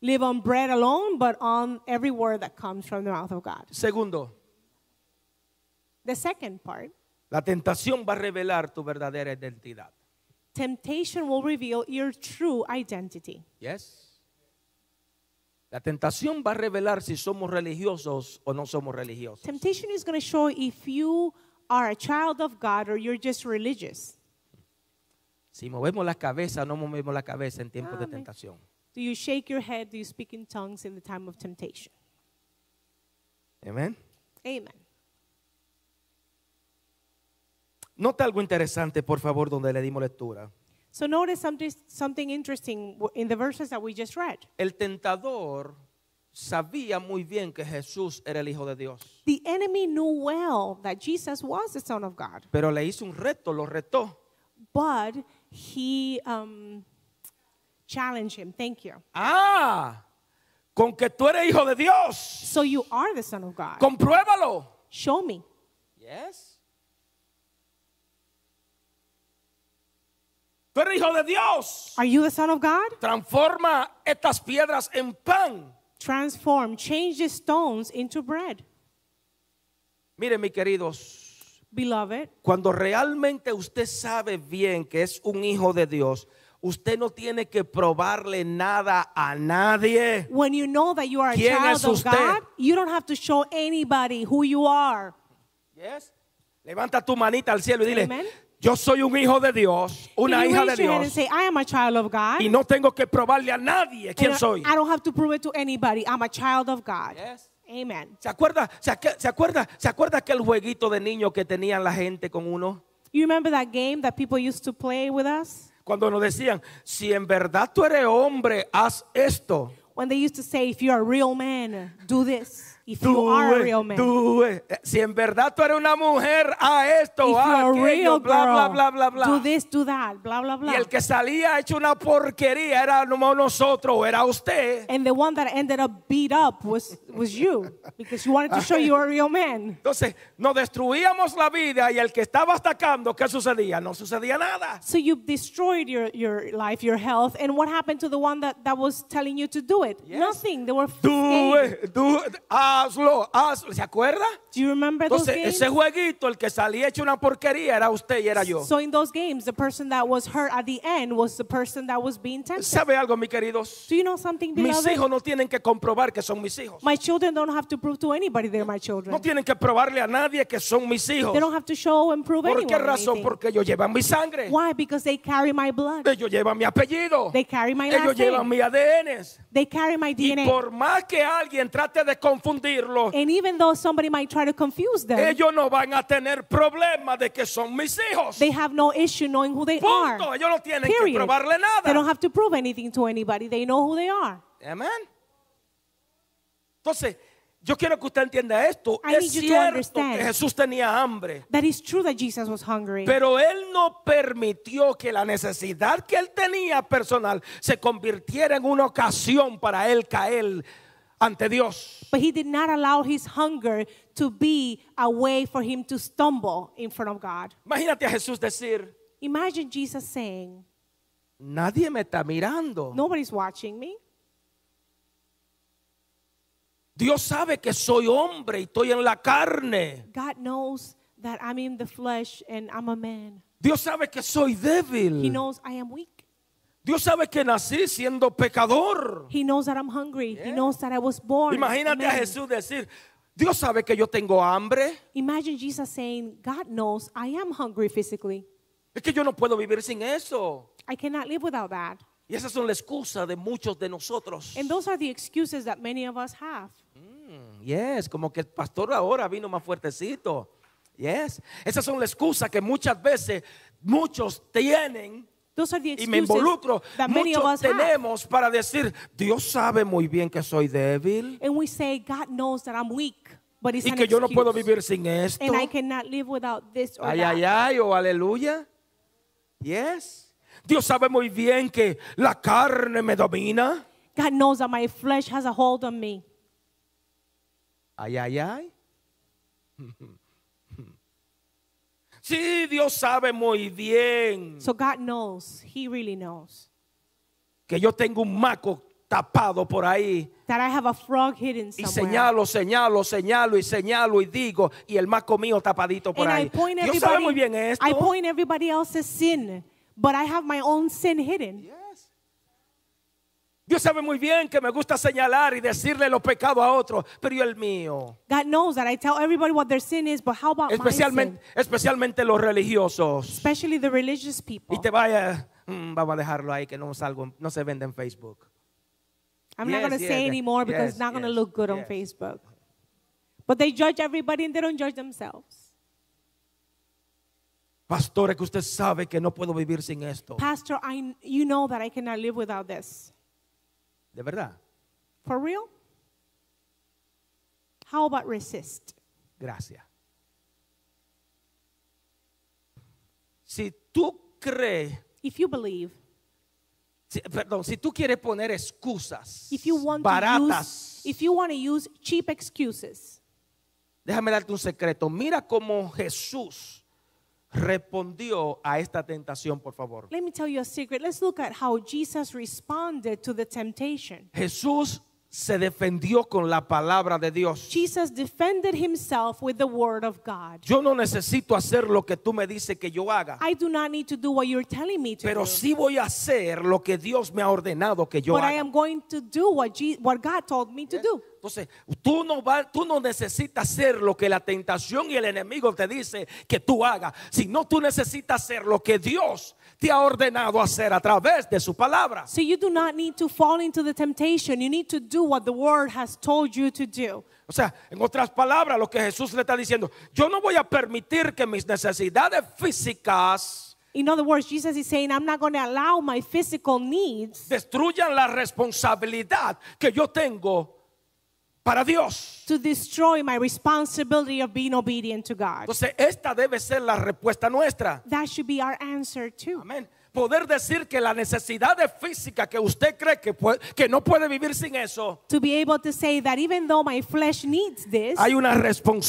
Speaker 2: live on bread alone, but on every word that comes from the mouth of God.
Speaker 1: Segundo,
Speaker 2: The second part,
Speaker 1: la tentación va a revelar tu verdadera identidad.
Speaker 2: temptation will reveal your true identity.
Speaker 1: Yes. La tentación va a revelar si somos religiosos o no somos religiosos.
Speaker 2: Temptation is going to show if you are a child of God or you're just religious.
Speaker 1: Si movemos la cabeza, no movemos la cabeza en tiempos de
Speaker 2: Amén.
Speaker 1: tentación.
Speaker 2: Do you shake your head? Do you speak in tongues in the time of temptation?
Speaker 1: Amén.
Speaker 2: Amen.
Speaker 1: Nota algo interesante, por favor, donde le dimos lectura.
Speaker 2: So notice something, something interesting w- in the verses that we just read.
Speaker 1: El tentador sabía muy bien que Jesús era el Hijo de Dios,
Speaker 2: The enemy knew well that Jesus was the Son of God,
Speaker 1: pero le hizo un reto, lo retó.
Speaker 2: but he um, challenged him. Thank you.
Speaker 1: Ah, con que tú eres Hijo de Dios,
Speaker 2: So you are the Son of God.
Speaker 1: compruébalo.
Speaker 2: Show me.
Speaker 1: Yes. Tú eres Hijo de Dios.
Speaker 2: Are you the Son of God?
Speaker 1: Transforma estas piedras en pan.
Speaker 2: Transform, change the stones into bread.
Speaker 1: Miren, mis queridos,
Speaker 2: Beloved,
Speaker 1: Cuando realmente usted sabe bien que es un hijo de Dios, usted no tiene que probarle nada a nadie.
Speaker 2: When you know that you are a
Speaker 1: ¿Quién
Speaker 2: child
Speaker 1: es
Speaker 2: of
Speaker 1: usted?
Speaker 2: God, you don't have to show anybody who you are.
Speaker 1: Yes. Levanta tu manita al cielo y dile,
Speaker 2: Amen.
Speaker 1: yo soy un hijo de Dios, una
Speaker 2: Can you
Speaker 1: hija
Speaker 2: raise
Speaker 1: de
Speaker 2: your hand and
Speaker 1: Dios,
Speaker 2: say, I am a child of God.
Speaker 1: y no tengo que probarle a nadie quién
Speaker 2: And I-
Speaker 1: soy.
Speaker 2: I don't have to prove it to anybody. I'm a child of God.
Speaker 1: Yes.
Speaker 2: Amen.
Speaker 1: ¿Se acuerda, se, aque- se acuerda, se acuerda aquel jueguito de niño que tenían la gente con uno?
Speaker 2: You remember that game that people used to play with us?
Speaker 1: Cuando nos decían, si en verdad tú eres hombre, haz esto.
Speaker 2: When they used to say, if you're a real man, do this. if you
Speaker 1: Tú,
Speaker 2: are a
Speaker 1: eh,
Speaker 2: real man.
Speaker 1: tú, eh, si en verdad tú eres una mujer, a esto,
Speaker 2: If you
Speaker 1: a
Speaker 2: are a
Speaker 1: aquello,
Speaker 2: real
Speaker 1: bla, bla,
Speaker 2: girl,
Speaker 1: bla, bla, bla.
Speaker 2: do this, do that, blah, blah,
Speaker 1: Y
Speaker 2: blah.
Speaker 1: el que salía hecho una porquería era no nosotros, o era usted.
Speaker 2: And the one that ended up beat up was, was you because you wanted to show you were a real man.
Speaker 1: Entonces nos destruíamos la vida y el que estaba atacando, ¿qué sucedía? No sucedía nada.
Speaker 2: So you destroyed your, your life, your health. And what happened to the one that, that was telling you to do it? Nothing. They were
Speaker 1: Tú,
Speaker 2: scared.
Speaker 1: eh, tú, hazlo, hazlo. ¿Se acuerda?
Speaker 2: Do you remember those
Speaker 1: Entonces
Speaker 2: games?
Speaker 1: ese jueguito, el que salía hecho una porquería era usted y era yo.
Speaker 2: So in those games, the person that was hurt at the end was the person that was being tempted.
Speaker 1: ¿Sabe algo, mis queridos?
Speaker 2: Do you know something,
Speaker 1: Mis
Speaker 2: beloved?
Speaker 1: hijos no tienen que comprobar que son mis hijos.
Speaker 2: My children don't have to prove to anybody they're my children.
Speaker 1: No tienen que probarle a nadie que son mis hijos.
Speaker 2: They don't have to show and prove
Speaker 1: ¿Por
Speaker 2: anyone
Speaker 1: qué razón?
Speaker 2: anything.
Speaker 1: Porque ellos llevan mi sangre.
Speaker 2: Why? Because they carry my blood.
Speaker 1: Ellos llevan mi apellido.
Speaker 2: They carry my
Speaker 1: Ellos
Speaker 2: last
Speaker 1: llevan
Speaker 2: name.
Speaker 1: mi ADN.
Speaker 2: They carry my
Speaker 1: Y
Speaker 2: DNA.
Speaker 1: por más que alguien trate de confundirlo,
Speaker 2: And even though somebody might try to confuse them,
Speaker 1: ellos no van a tener problema de que son mis hijos.
Speaker 2: they have no issue knowing who they are.
Speaker 1: Punto. Ellos no tienen que
Speaker 2: Period.
Speaker 1: probarle
Speaker 2: They don't
Speaker 1: nada.
Speaker 2: have to prove anything to anybody. They know who they are.
Speaker 1: Amén. Entonces, yo quiero que usted entienda esto.
Speaker 2: I
Speaker 1: es
Speaker 2: need you to
Speaker 1: cierto
Speaker 2: understand.
Speaker 1: que Jesús tenía hambre,
Speaker 2: That is true that Jesus was hungry.
Speaker 1: pero él no permitió que la necesidad que él tenía personal se convirtiera en una ocasión para él caer ante Dios.
Speaker 2: But he did not allow his hunger to be a way for him to stumble in front of God.
Speaker 1: Imagínate a Jesús decir,
Speaker 2: Imagine Jesus saying,
Speaker 1: nadie me está mirando.
Speaker 2: Nobody's watching me.
Speaker 1: Dios sabe que soy hombre y estoy en la carne.
Speaker 2: God knows that I'm in the flesh and I'm a man.
Speaker 1: Dios sabe que soy
Speaker 2: He
Speaker 1: débil.
Speaker 2: knows I am weak.
Speaker 1: Dios sabe que nací siendo pecador.
Speaker 2: He knows that I'm hungry. He knows that I was born. a
Speaker 1: Imagínate a
Speaker 2: man.
Speaker 1: Jesús decir, Dios sabe que yo tengo hambre.
Speaker 2: Imagine Jesus saying, God knows I am hungry physically.
Speaker 1: Es que yo no puedo vivir sin eso.
Speaker 2: I cannot live without that.
Speaker 1: Y esas son la excusa de muchos de nosotros.
Speaker 2: And those are the excuses that many of us have.
Speaker 1: Yes, como que el pastor ahora vino más fuertecito. Yes. Esas son las excusas que muchas veces muchos tienen
Speaker 2: Those are the
Speaker 1: y me
Speaker 2: excuses
Speaker 1: involucro.
Speaker 2: that many of
Speaker 1: Muchos
Speaker 2: us have.
Speaker 1: tenemos para decir, Dios sabe muy bien que soy débil
Speaker 2: And we say, God knows that I'm weak, but it's
Speaker 1: y
Speaker 2: an
Speaker 1: que yo no
Speaker 2: excuse.
Speaker 1: puedo vivir sin esto.
Speaker 2: And I cannot live without this or
Speaker 1: Ay,
Speaker 2: that.
Speaker 1: ay, ay, o aleluya. Yes. Dios sabe muy bien que la carne me domina.
Speaker 2: God knows that my flesh has a hold on me.
Speaker 1: Ay, ay, ay. <laughs> Sí, Dios sabe muy bien
Speaker 2: So God knows. He really knows
Speaker 1: que yo tengo un maco tapado por ahí
Speaker 2: that I have a frog hidden
Speaker 1: y
Speaker 2: somewhere.
Speaker 1: señalo, señalo, señalo y señalo y digo y el maco mío tapadito por
Speaker 2: and I
Speaker 1: ahí.
Speaker 2: point
Speaker 1: Dios sabe muy
Speaker 2: everybody.
Speaker 1: bien esto.
Speaker 2: I point everybody else's sin, but I have my own sin hidden.
Speaker 1: Yes. Dios sabe muy bien que me gusta señalar y decirle los pecados a otros, pero yo el mío.
Speaker 2: God knows that I tell everybody what their sin is, but
Speaker 1: <laughs>
Speaker 2: how about my sin?
Speaker 1: Especialmente, especialmente los religiosos.
Speaker 2: Especially the religious people.
Speaker 1: Y te vaya, mm, vamos a dejarlo ahí que no salgo, no se vende en Facebook.
Speaker 2: I'm
Speaker 1: Yes,
Speaker 2: not going to
Speaker 1: yes,
Speaker 2: say
Speaker 1: yes,
Speaker 2: anymore because
Speaker 1: yes,
Speaker 2: it's not going to
Speaker 1: yes,
Speaker 2: look good on
Speaker 1: yes.
Speaker 2: Facebook. But they judge everybody and they don't judge themselves.
Speaker 1: Pastor, es que usted sabe que no puedo vivir sin esto.
Speaker 2: Pastor, I, you know that I cannot live without this.
Speaker 1: De verdad.
Speaker 2: For real? How about resist?
Speaker 1: Gracias. Si tú crees,
Speaker 2: If you believe,
Speaker 1: si- perdón, si tú quieres poner excusas
Speaker 2: if you want
Speaker 1: baratas,
Speaker 2: to use, if you want to use cheap excuses,
Speaker 1: déjame darte un secreto. Mira cómo Jesús respondió a esta tentación, por favor.
Speaker 2: let me tell you a secret. Let's look at how Jesus responded to the temptation.
Speaker 1: Jesús se defendió con la palabra de Dios.
Speaker 2: Jesus defended himself with the word of God.
Speaker 1: Yo no necesito hacer lo que tú me dices que yo haga,
Speaker 2: I do not need to do what you're telling me to
Speaker 1: pero
Speaker 2: do.
Speaker 1: sí voy a hacer lo que Dios me ha ordenado que yo
Speaker 2: but I
Speaker 1: haga.
Speaker 2: am going to do what, Je- what God told me to do.
Speaker 1: Entonces, tú no, va- tú no necesitas hacer lo que la tentación y el enemigo te dice que tú hagas, sino tú necesitas hacer lo que Dios te ha ordenado hacer a través de su palabra.
Speaker 2: So you do not need to fall into the temptation. You need to do what the word has told you to do.
Speaker 1: O sea, en otras palabras, lo que Jesús le está diciendo, yo no voy a permitir que mis necesidades físicas
Speaker 2: In other words, Jesus is saying, I'm not going to allow my physical needs
Speaker 1: destruyan la responsabilidad que yo tengo para Dios.
Speaker 2: to destroy my responsibility of being obedient to God.
Speaker 1: Entonces, esta debe ser la respuesta nuestra.
Speaker 2: That should be our answer too.
Speaker 1: Amén. Poder decir que las necesidades físicas que usted cree que, puede- que no puede vivir sin eso,
Speaker 2: To be able to say that even though my flesh needs this,
Speaker 1: hay una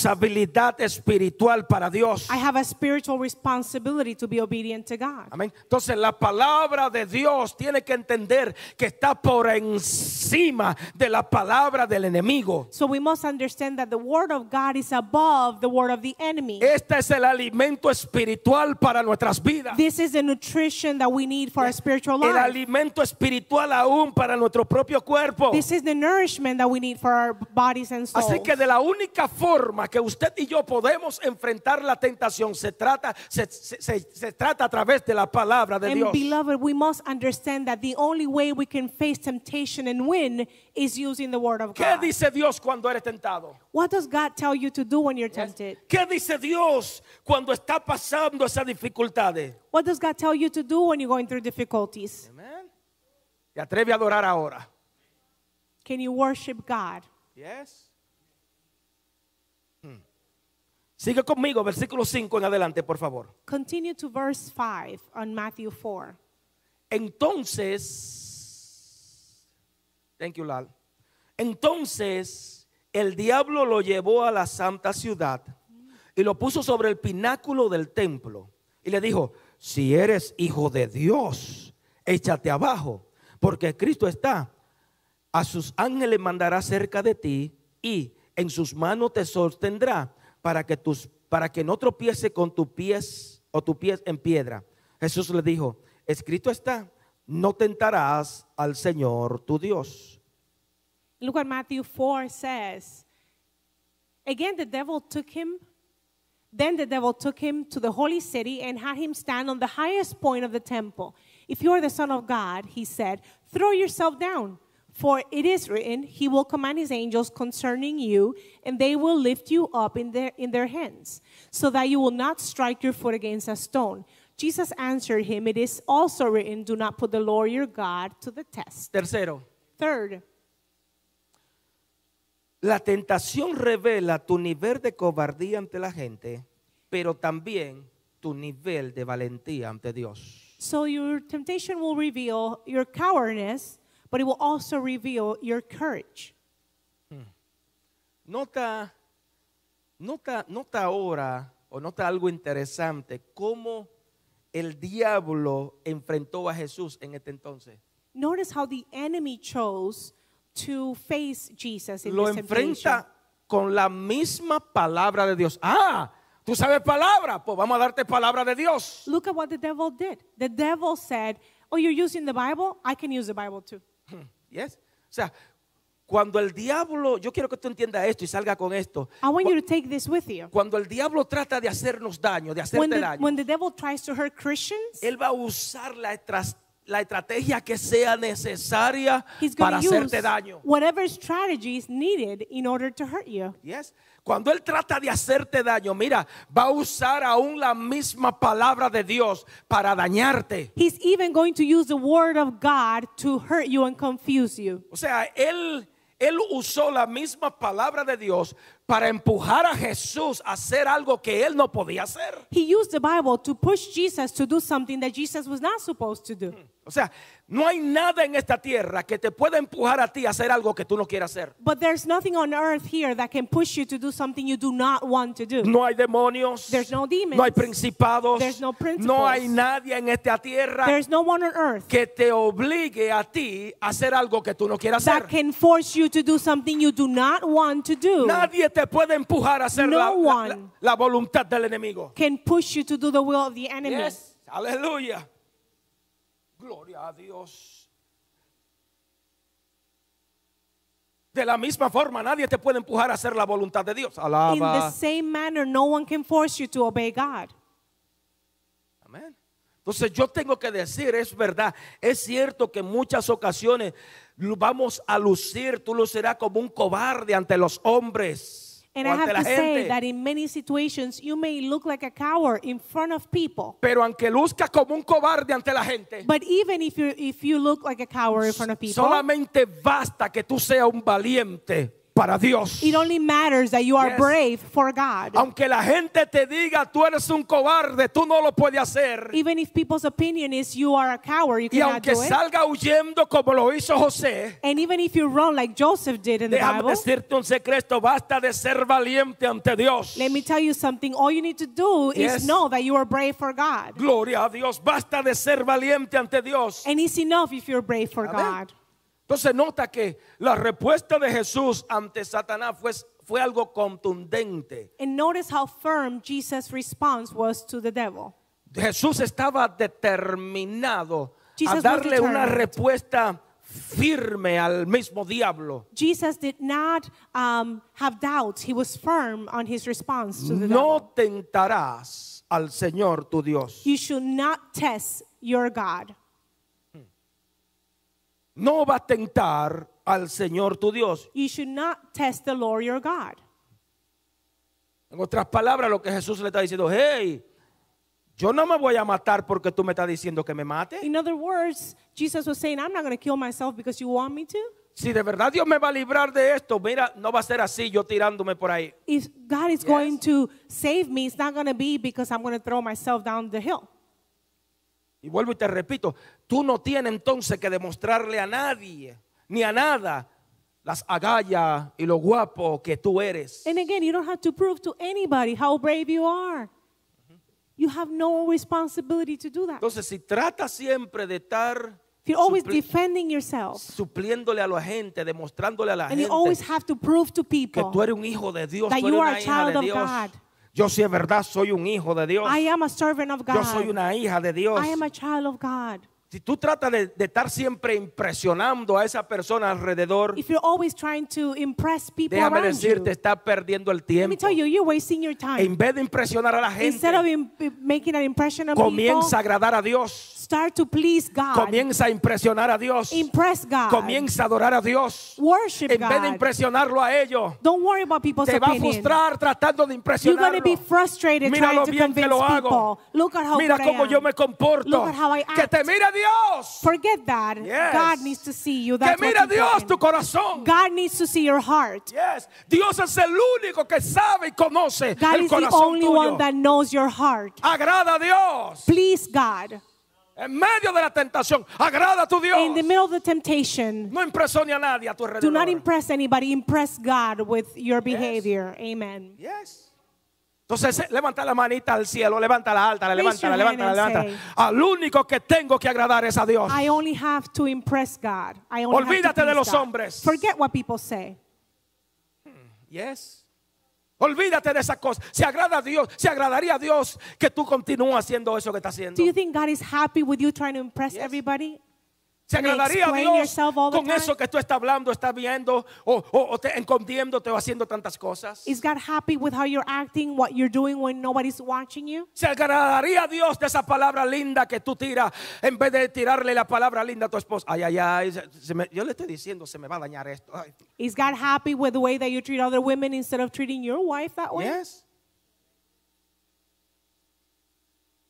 Speaker 1: responsabilidad espiritual para Dios.
Speaker 2: I have a spiritual responsibility to be obedient to God.
Speaker 1: Amén. Entonces la palabra de Dios tiene que entender que está por encima de la palabra del enemigo.
Speaker 2: So we must understand that the word of God is above the word of the enemy.
Speaker 1: Este es el alimento espiritual para nuestras vidas.
Speaker 2: This is the nutrition that we need for our spiritual
Speaker 1: El
Speaker 2: life.
Speaker 1: alimento espiritual aún para nuestro propio cuerpo.
Speaker 2: This is the nourishment that we need for our bodies and souls.
Speaker 1: Así que de la única forma que usted y yo podemos enfrentar la tentación se trata, se, se- se- se trata a través de la palabra de
Speaker 2: And
Speaker 1: Dios.
Speaker 2: beloved, we must understand that the only way we can face temptation and win is using the word of
Speaker 1: ¿Qué
Speaker 2: God.
Speaker 1: dice Dios cuando eres tentado?
Speaker 2: What does God tell you to do when you're tempted?
Speaker 1: ¿Qué dice Dios cuando está pasando esas dificultades?
Speaker 2: What does God tell you to do when you're going through difficulties?
Speaker 1: Amén. ¿Te atreve a adorar ahora?
Speaker 2: Can you worship God?
Speaker 1: Yes. Hmm. Sigue conmigo, versículo 5 en adelante, por favor.
Speaker 2: Continue to verse 5 on Matthew 4.
Speaker 1: Entonces, thank you, Lal. Entonces, el diablo lo llevó a la santa ciudad y lo puso sobre el pináculo del templo y le dijo: Si eres hijo de Dios, échate abajo, porque Cristo está. A sus ángeles mandará cerca de ti y en sus manos te sostendrá para que tus para que no tropiece con tus pies o tu pies en piedra. Jesús le dijo, escrito está, no tentarás al Señor tu Dios.
Speaker 2: Look what Matthew 4 says. Again, the devil took him. Then the devil took him to the holy city and had him stand on the highest point of the temple. If you are the Son of God, he said, throw yourself down. For it is written, He will command His angels concerning you, and they will lift you up in their, in their hands, so that you will not strike your foot against a stone. Jesus answered him, It is also written, Do not put the Lord your God to the test.
Speaker 1: Tercero,
Speaker 2: Third,
Speaker 1: la tentación revela tu nivel de cobardía ante la gente, pero también tu nivel de valentía ante Dios.
Speaker 2: So your temptation will reveal your cowardice, but it will also reveal your courage.
Speaker 1: Nota, nota, nota ahora o nota algo interesante, cómo el diablo enfrentó a Jesús en este entonces.
Speaker 2: Notice how the enemy chose to face Jesus in
Speaker 1: Lo
Speaker 2: this temptation.
Speaker 1: enfrenta con la misma palabra de Dios. Ah, tú sabes palabra, pues vamos a darte palabra de Dios.
Speaker 2: Look at what the devil did. The devil said, "Oh, you're using the Bible? I can use the Bible too."
Speaker 1: Yes. O sea, cuando el diablo, yo quiero que tú entiendas esto y salga con esto.
Speaker 2: I want you to take this with you.
Speaker 1: Cuando el diablo trata de hacernos daño, de hacerte
Speaker 2: When the,
Speaker 1: daño,
Speaker 2: when the devil tries to hurt Christians,
Speaker 1: Él va a usar la, estras- la estrategia que sea necesaria
Speaker 2: he's going
Speaker 1: para
Speaker 2: to use
Speaker 1: hacerte daño.
Speaker 2: whatever strategy is needed in order to hurt you.
Speaker 1: Yes. Cuando Él trata de hacerte daño, mira, va a usar aún la misma palabra de Dios para dañarte.
Speaker 2: He's even going to use the word of God to hurt you and confuse you.
Speaker 1: O sea, Él, él usó la misma palabra de Dios para empujar a Jesús a hacer algo que Él no podía hacer.
Speaker 2: He used the Bible to push Jesus to do something that Jesus was not supposed to do.
Speaker 1: O sea, no hay nada en esta tierra que te pueda empujar a ti a hacer algo que tú no quieras hacer.
Speaker 2: But there's nothing on earth here that can push you to do something you do not want to do.
Speaker 1: No hay demonios.
Speaker 2: There's no demons.
Speaker 1: hay principados.
Speaker 2: There's no principles.
Speaker 1: no hay nadie en esta tierra
Speaker 2: There's no one on earth
Speaker 1: que te obligue a ti a hacer algo que tú no quieras hacer.
Speaker 2: that can force you to do something you do not want to do.
Speaker 1: Nadie te puede empujar a hacer
Speaker 2: No
Speaker 1: la- la,
Speaker 2: one.
Speaker 1: la- la voluntad del enemigo.
Speaker 2: Can push you to do the will of the enemy.
Speaker 1: Yes. Aleluya. Gloria a Dios. De la misma forma, nadie te puede empujar a hacer la voluntad de Dios.
Speaker 2: In the
Speaker 1: Alaba.
Speaker 2: same manner, no one can force you to obey God.
Speaker 1: Amén. Entonces yo tengo que decir, es verdad, es cierto que en muchas ocasiones lo vamos a lucir, tú lucirás como un cobarde ante los hombres,
Speaker 2: And
Speaker 1: o
Speaker 2: I
Speaker 1: ante
Speaker 2: have
Speaker 1: la
Speaker 2: to say
Speaker 1: gente.
Speaker 2: that in many situations, you may look like a coward in front of people.
Speaker 1: Pero aunque luzcas como un cobarde ante la gente,
Speaker 2: But even if you if you look like a coward in front of people,
Speaker 1: solamente basta que tú seas un valiente para Dios.
Speaker 2: It only matters that you are
Speaker 1: Yes.
Speaker 2: brave for God.
Speaker 1: Aunque la gente te diga, tú eres un cobarde, tú no lo puedes hacer.
Speaker 2: Even if people's opinion is you are a coward, you
Speaker 1: Y
Speaker 2: cannot
Speaker 1: aunque
Speaker 2: do it.
Speaker 1: salga huyendo como lo hizo José,
Speaker 2: And even if you run like Joseph did in the
Speaker 1: déjame
Speaker 2: Bible,
Speaker 1: decirte un secreto, basta de ser valiente ante Dios.
Speaker 2: let me tell you something. All you need to do
Speaker 1: Yes.
Speaker 2: is know that you are brave for God.
Speaker 1: Gloria a Dios, basta de ser valiente ante Dios.
Speaker 2: And it's enough if you're brave for
Speaker 1: Amén.
Speaker 2: God.
Speaker 1: Entonces nota que la respuesta de Jesús ante Satanás fue, fue algo contundente.
Speaker 2: And notice how firm Jesus' response was to the devil.
Speaker 1: Jesús estaba determinado
Speaker 2: Jesus
Speaker 1: a
Speaker 2: was
Speaker 1: darle una
Speaker 2: determined.
Speaker 1: respuesta firme al mismo diablo.
Speaker 2: Jesus did not um, have doubts. He was firm on his response to the devil.
Speaker 1: No tentarás al Señor tu Dios.
Speaker 2: You should not test your God.
Speaker 1: No va a tentar al Señor tu Dios.
Speaker 2: You should not test the Lord your God.
Speaker 1: En otras palabras, lo que Jesús le está diciendo, hey, yo no me voy a matar porque tú me estás diciendo que me mate.
Speaker 2: In other words, Jesus was saying, I'm not going to kill myself because you want me to.
Speaker 1: Si de verdad Dios me va a librar de esto, mira, no va a ser así yo tirándome por ahí.
Speaker 2: If God is going to save me, it's not going to be because I'm going to throw myself down the hill.
Speaker 1: Y vuelvo y te repito, tú no tienes entonces que demostrarle a nadie, ni a nada, las agallas y lo guapo que tú eres.
Speaker 2: And again, you don't have to prove to anybody how brave you are.
Speaker 1: Mm-hmm.
Speaker 2: You have no responsibility to do that.
Speaker 1: Entonces, si tratas siempre de estar
Speaker 2: If you're always
Speaker 1: supli-
Speaker 2: defending yourself
Speaker 1: supliéndole a la gente, demostrándole a la
Speaker 2: and
Speaker 1: gente
Speaker 2: you always have to prove to
Speaker 1: que tú
Speaker 2: people,
Speaker 1: eres un hijo de Dios,
Speaker 2: that
Speaker 1: tú
Speaker 2: you
Speaker 1: eres
Speaker 2: are
Speaker 1: una
Speaker 2: a
Speaker 1: hija
Speaker 2: child
Speaker 1: de
Speaker 2: of
Speaker 1: Dios.
Speaker 2: God.
Speaker 1: Yo sí es verdad, soy un hijo de Dios.
Speaker 2: I am a servant of
Speaker 1: Yo soy
Speaker 2: God,
Speaker 1: una hija de Dios.
Speaker 2: I am a child of God.
Speaker 1: Si tú tratas de, de estar siempre impresionando a esa persona alrededor,
Speaker 2: If you're always trying to impress
Speaker 1: Mm-hmm.
Speaker 2: people
Speaker 1: déjame
Speaker 2: around you,
Speaker 1: decirte, estás perdiendo el
Speaker 2: let
Speaker 1: tiempo.
Speaker 2: me tell you, you're wasting your
Speaker 1: En
Speaker 2: time.
Speaker 1: vez de impresionar a la
Speaker 2: Instead of
Speaker 1: gente,
Speaker 2: im- making an impression on people,
Speaker 1: comienza a agradar a Dios.
Speaker 2: start to please God.
Speaker 1: Comienza a impresionar a Dios.
Speaker 2: Impress God.
Speaker 1: Comienza a adorar a Dios.
Speaker 2: Worship
Speaker 1: En vez de
Speaker 2: God.
Speaker 1: impresionarlo a ellos,
Speaker 2: Don't worry about people's
Speaker 1: te va a
Speaker 2: opinion.
Speaker 1: frustrar tratando de
Speaker 2: You're going to be
Speaker 1: impresionarlo.
Speaker 2: frustrated
Speaker 1: Mira lo
Speaker 2: trying to
Speaker 1: bien que
Speaker 2: convince
Speaker 1: lo hago.
Speaker 2: people. Look at how
Speaker 1: Mira
Speaker 2: good
Speaker 1: cómo
Speaker 2: I am.
Speaker 1: yo me comporto.
Speaker 2: Look at how I
Speaker 1: Que
Speaker 2: act.
Speaker 1: te mira Dios.
Speaker 2: Forget that.
Speaker 1: Yes.
Speaker 2: God needs to see you.
Speaker 1: Que
Speaker 2: That's
Speaker 1: mira
Speaker 2: what's
Speaker 1: Dios tu
Speaker 2: important.
Speaker 1: corazón.
Speaker 2: God needs to see your heart.
Speaker 1: Yes. Dios es el único que sabe y conoce
Speaker 2: God
Speaker 1: el
Speaker 2: is the
Speaker 1: corazón
Speaker 2: only
Speaker 1: tuyo.
Speaker 2: one that knows your heart.
Speaker 1: Agrada a Dios.
Speaker 2: Please God.
Speaker 1: En medio de la tentación, agrada a tu Dios.
Speaker 2: In the middle of the temptation,
Speaker 1: No impresione a nadie a tu
Speaker 2: do not
Speaker 1: alrededor.
Speaker 2: impress anybody. Impress God with your behavior. Amen.
Speaker 1: Yes. Entonces eh, levanta la manita al cielo, levanta la alta, la levanta,
Speaker 2: Raise your
Speaker 1: la levanta, la
Speaker 2: hand and
Speaker 1: levanta. Al único que tengo que agradar es a Dios.
Speaker 2: I only have to impress God. I only have to
Speaker 1: Olvídate de
Speaker 2: please
Speaker 1: los
Speaker 2: God.
Speaker 1: hombres.
Speaker 2: Forget what people say.
Speaker 1: Yes. Olvídate de esa cosa. Si agrada a Dios, si agradaría a Dios que tú continúas haciendo eso que estás haciendo.
Speaker 2: Do you think God is happy with you trying to impress
Speaker 1: Yes.
Speaker 2: everybody?
Speaker 1: Se
Speaker 2: Can I
Speaker 1: agradaría a
Speaker 2: explain
Speaker 1: Dios
Speaker 2: yourself all the
Speaker 1: con
Speaker 2: time?
Speaker 1: eso que tú estás hablando, estás viendo o, o- o te escondiéndote o haciendo tantas cosas.
Speaker 2: Is God happy with how you're acting, what you're doing when nobody's watching you?
Speaker 1: Se agradaría a Dios de esa palabra linda que tú tiras en vez de tirarle la palabra linda a tu esposa. Ay, ay, ay. se- se me- yo le estoy diciendo, se me va a dañar esto. Ay.
Speaker 2: Is God happy with the way that you treat other women instead of treating your wife that way?
Speaker 1: Yes.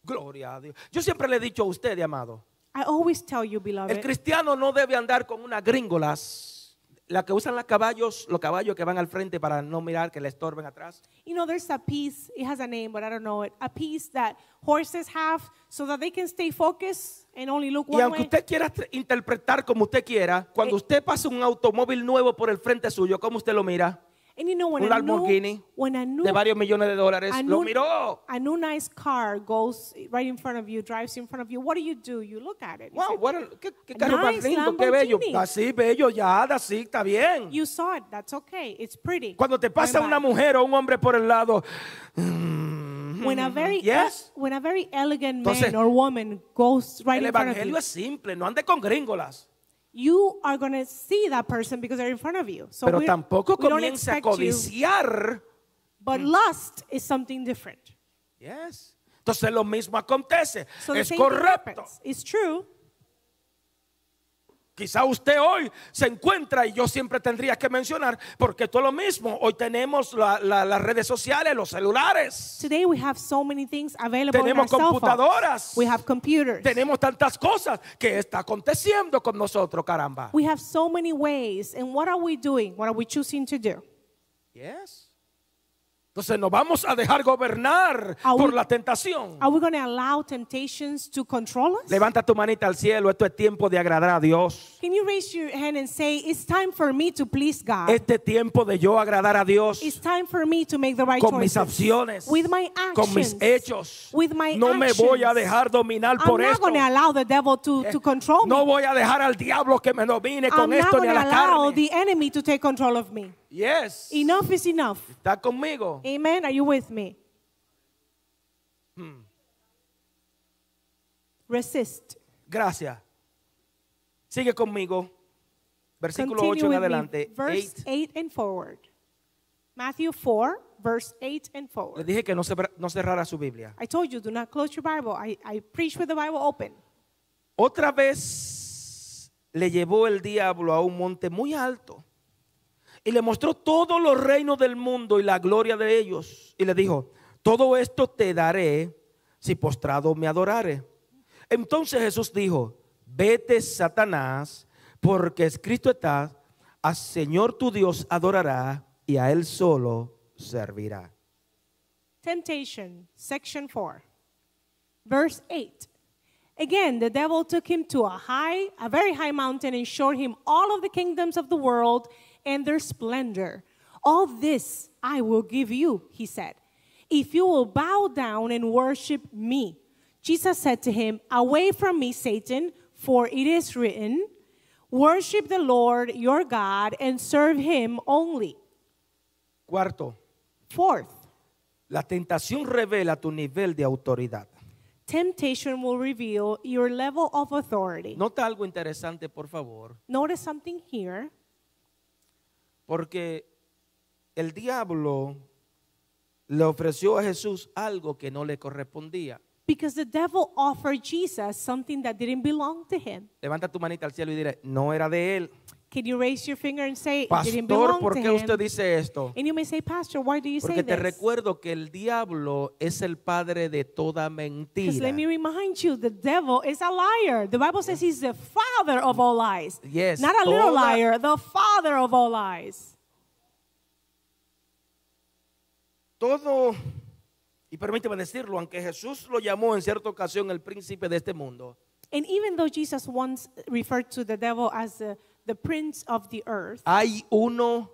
Speaker 1: Gloria a Dios. Yo siempre le he dicho a usted, amado,
Speaker 2: I always tell you,
Speaker 1: el
Speaker 2: beloved,
Speaker 1: cristiano no debe andar con unas gringolas, la que usan los caballos, los caballos que van al frente para no mirar que le estorben atrás.
Speaker 2: you know, there's a piece, it has a name, but I don't know it, a piece that horses have so that they can stay focused and only look
Speaker 1: Y
Speaker 2: one
Speaker 1: aunque
Speaker 2: way.
Speaker 1: usted quiera tr- interpretar como usted quiera, cuando
Speaker 2: Eh.
Speaker 1: usted pasa un automóvil nuevo por el frente suyo, ¿cómo usted lo mira?
Speaker 2: And you know, when
Speaker 1: un
Speaker 2: a new,
Speaker 1: Lamborghini
Speaker 2: when a new,
Speaker 1: De varios millones de dólares.
Speaker 2: a
Speaker 1: Lo
Speaker 2: new,
Speaker 1: miró.
Speaker 2: a new nice car goes right in front of you, drives in front of you, what do you do? You look at it. You
Speaker 1: Wow,
Speaker 2: say,
Speaker 1: bueno, qué, qué carro más
Speaker 2: Nice
Speaker 1: lindo, qué bello.
Speaker 2: Lamborghini.
Speaker 1: Así, bello, ya, así, está bien.
Speaker 2: You saw it. That's okay. It's pretty.
Speaker 1: Cuando te pasa
Speaker 2: Went
Speaker 1: una
Speaker 2: by.
Speaker 1: mujer o un hombre por el lado,
Speaker 2: when a very
Speaker 1: Yes.
Speaker 2: when a very elegant
Speaker 1: Entonces,
Speaker 2: man or woman goes right
Speaker 1: el
Speaker 2: in front of
Speaker 1: evangelio
Speaker 2: you,
Speaker 1: es simple, no ande con gringolas.
Speaker 2: you are gonna see that person because they're in front of you. So
Speaker 1: Pero
Speaker 2: we-
Speaker 1: tampoco
Speaker 2: we don't
Speaker 1: comience a
Speaker 2: expect you.
Speaker 1: codiciar. "Mm".
Speaker 2: But lust is something different.
Speaker 1: Yes. Entonces lo mismo acontece.
Speaker 2: So the
Speaker 1: es
Speaker 2: same thing
Speaker 1: correcto
Speaker 2: happens. It's true.
Speaker 1: Quizá usted hoy se encuentra, y yo siempre tendría que mencionar, porque todo lo mismo, hoy tenemos la- la- las redes sociales, los celulares,
Speaker 2: Today we have so many things available on our
Speaker 1: Tenemos
Speaker 2: cell phones.
Speaker 1: computadoras.
Speaker 2: We have computers.
Speaker 1: tenemos tantas cosas que está aconteciendo con nosotros, caramba.
Speaker 2: We have so many ways. And what are we doing? What are we choosing to do?
Speaker 1: Yes. Entonces nos vamos a dejar gobernar
Speaker 2: Are we-
Speaker 1: por la tentación.
Speaker 2: Are we going to allow temptations to control us?
Speaker 1: Levanta tu manita al cielo, esto es tiempo de agradar a Dios.
Speaker 2: Can you raise your hand and say, It's time for me to please God?
Speaker 1: Este tiempo de yo agradar a Dios
Speaker 2: It's time for me to make the right
Speaker 1: con mis
Speaker 2: choices.
Speaker 1: acciones,
Speaker 2: With my actions.
Speaker 1: con mis hechos.
Speaker 2: With my
Speaker 1: no me voy a
Speaker 2: actions.
Speaker 1: dejar dominar
Speaker 2: I'm
Speaker 1: por
Speaker 2: not
Speaker 1: esto.
Speaker 2: going to allow the devil to, to control me.
Speaker 1: Eh, No voy a dejar al diablo que me domine
Speaker 2: I'm
Speaker 1: con
Speaker 2: not
Speaker 1: esto
Speaker 2: going
Speaker 1: ni
Speaker 2: to
Speaker 1: a la
Speaker 2: allow
Speaker 1: carne.
Speaker 2: the enemy to take control of me.
Speaker 1: Yes.
Speaker 2: Enough is enough.
Speaker 1: Está conmigo.
Speaker 2: Amen. Are you with me? Resist.
Speaker 1: Gracias. Sigue conmigo. Versículo
Speaker 2: Continue
Speaker 1: 8 en
Speaker 2: with
Speaker 1: adelante.
Speaker 2: me. Verse
Speaker 1: Eight.
Speaker 2: 8 and forward. Matthew 4, verse 8
Speaker 1: Le
Speaker 2: and forward.
Speaker 1: dije que no, cerra- no cerrara su Biblia.
Speaker 2: I told you, do not close your Bible. I, I preach with the Bible open.
Speaker 1: Otra vez le llevó el diablo a un monte muy alto y le mostró todos los reinos del mundo y la gloria de ellos. Y le dijo, todo esto te daré si postrado me adorare. Entonces Jesús dijo, vete Satanás, porque escrito está, al Señor tu Dios adorará y a Él solo servirá.
Speaker 2: Temptation, section 4, verse 8. Again, the devil took him to a high, a very high mountain and showed him all of the kingdoms of the world and their splendor. All this I will give you, he said, if you will bow down and worship me. Jesus said to him, Away from me, Satan, for it is written, Worship the Lord your God and serve him only.
Speaker 1: Cuarto,
Speaker 2: Fourth,
Speaker 1: la tentación revela tu nivel de autoridad.
Speaker 2: Temptation will reveal your level of authority.
Speaker 1: Nota algo interesante, por favor.
Speaker 2: Notice something here.
Speaker 1: Porque el diablo le ofreció a Jesús algo que no le correspondía.
Speaker 2: Because the devil offered Jesus something that didn't belong to him.
Speaker 1: Levanta tu manita al cielo y dile, no era de él.
Speaker 2: Can you raise your finger and say, it
Speaker 1: Pastor,
Speaker 2: didn't belong
Speaker 1: ¿por
Speaker 2: to
Speaker 1: qué
Speaker 2: him?
Speaker 1: usted dice esto?
Speaker 2: And you may say, Pastor, why do you say
Speaker 1: Porque te
Speaker 2: this?
Speaker 1: recuerdo que el diablo es el padre de toda
Speaker 2: Because
Speaker 1: mentira.
Speaker 2: let me remind you, the devil is a liar. The Bible says he's the father of all lies.
Speaker 1: Yes,
Speaker 2: Not a little
Speaker 1: toda-
Speaker 2: liar, the father of all lies.
Speaker 1: Todo, y permíteme decirlo, aunque Jesús lo llamó en cierta ocasión el príncipe de este mundo,
Speaker 2: And even though Jesus once referred to the devil as the, the prince of the earth,
Speaker 1: hay uno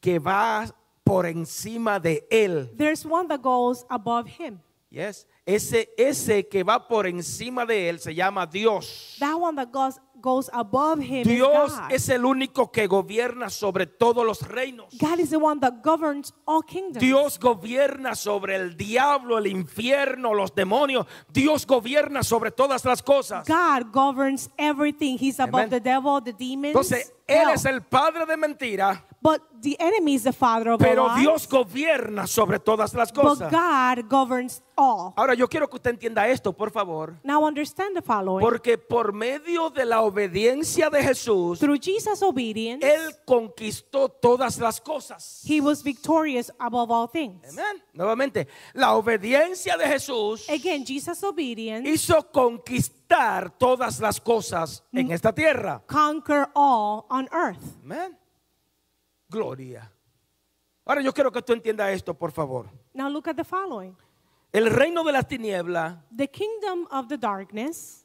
Speaker 1: que va por encima de él.
Speaker 2: there's one that goes above him.
Speaker 1: Yes. Ese, ese que va por encima de él se llama Dios.
Speaker 2: That one that goes, goes above him
Speaker 1: Dios
Speaker 2: is God.
Speaker 1: es el único que gobierna sobre todos los reinos.
Speaker 2: God is the one that governs all kingdoms.
Speaker 1: Dios gobierna sobre el diablo, el infierno, los demonios. Dios gobierna sobre todas las cosas.
Speaker 2: God governs everything. He's above
Speaker 1: Amen.
Speaker 2: the devil, the demons.
Speaker 1: Entonces, Él
Speaker 2: hell.
Speaker 1: es el padre de mentira,
Speaker 2: but the enemy is the father of all
Speaker 1: pero
Speaker 2: lies.
Speaker 1: Dios gobierna sobre todas las
Speaker 2: but
Speaker 1: cosas.
Speaker 2: God governs all.
Speaker 1: Ahora yo quiero que usted entienda esto, por favor.
Speaker 2: Now understand the following.
Speaker 1: Porque por medio de la obediencia de Jesús,
Speaker 2: Through Jesus' obedience,
Speaker 1: Él conquistó todas las cosas.
Speaker 2: he was victorious above all things.
Speaker 1: Amén. Nuevamente, la obediencia de Jesús
Speaker 2: Again, Jesus' obedience
Speaker 1: hizo conquistar todas las cosas en esta tierra.
Speaker 2: conquer all on earth.
Speaker 1: Amén. Gloria. Ahora yo quiero que tú entiendas esto, por favor.
Speaker 2: Now look at the following.
Speaker 1: El reino de las tinieblas,
Speaker 2: The kingdom of the darkness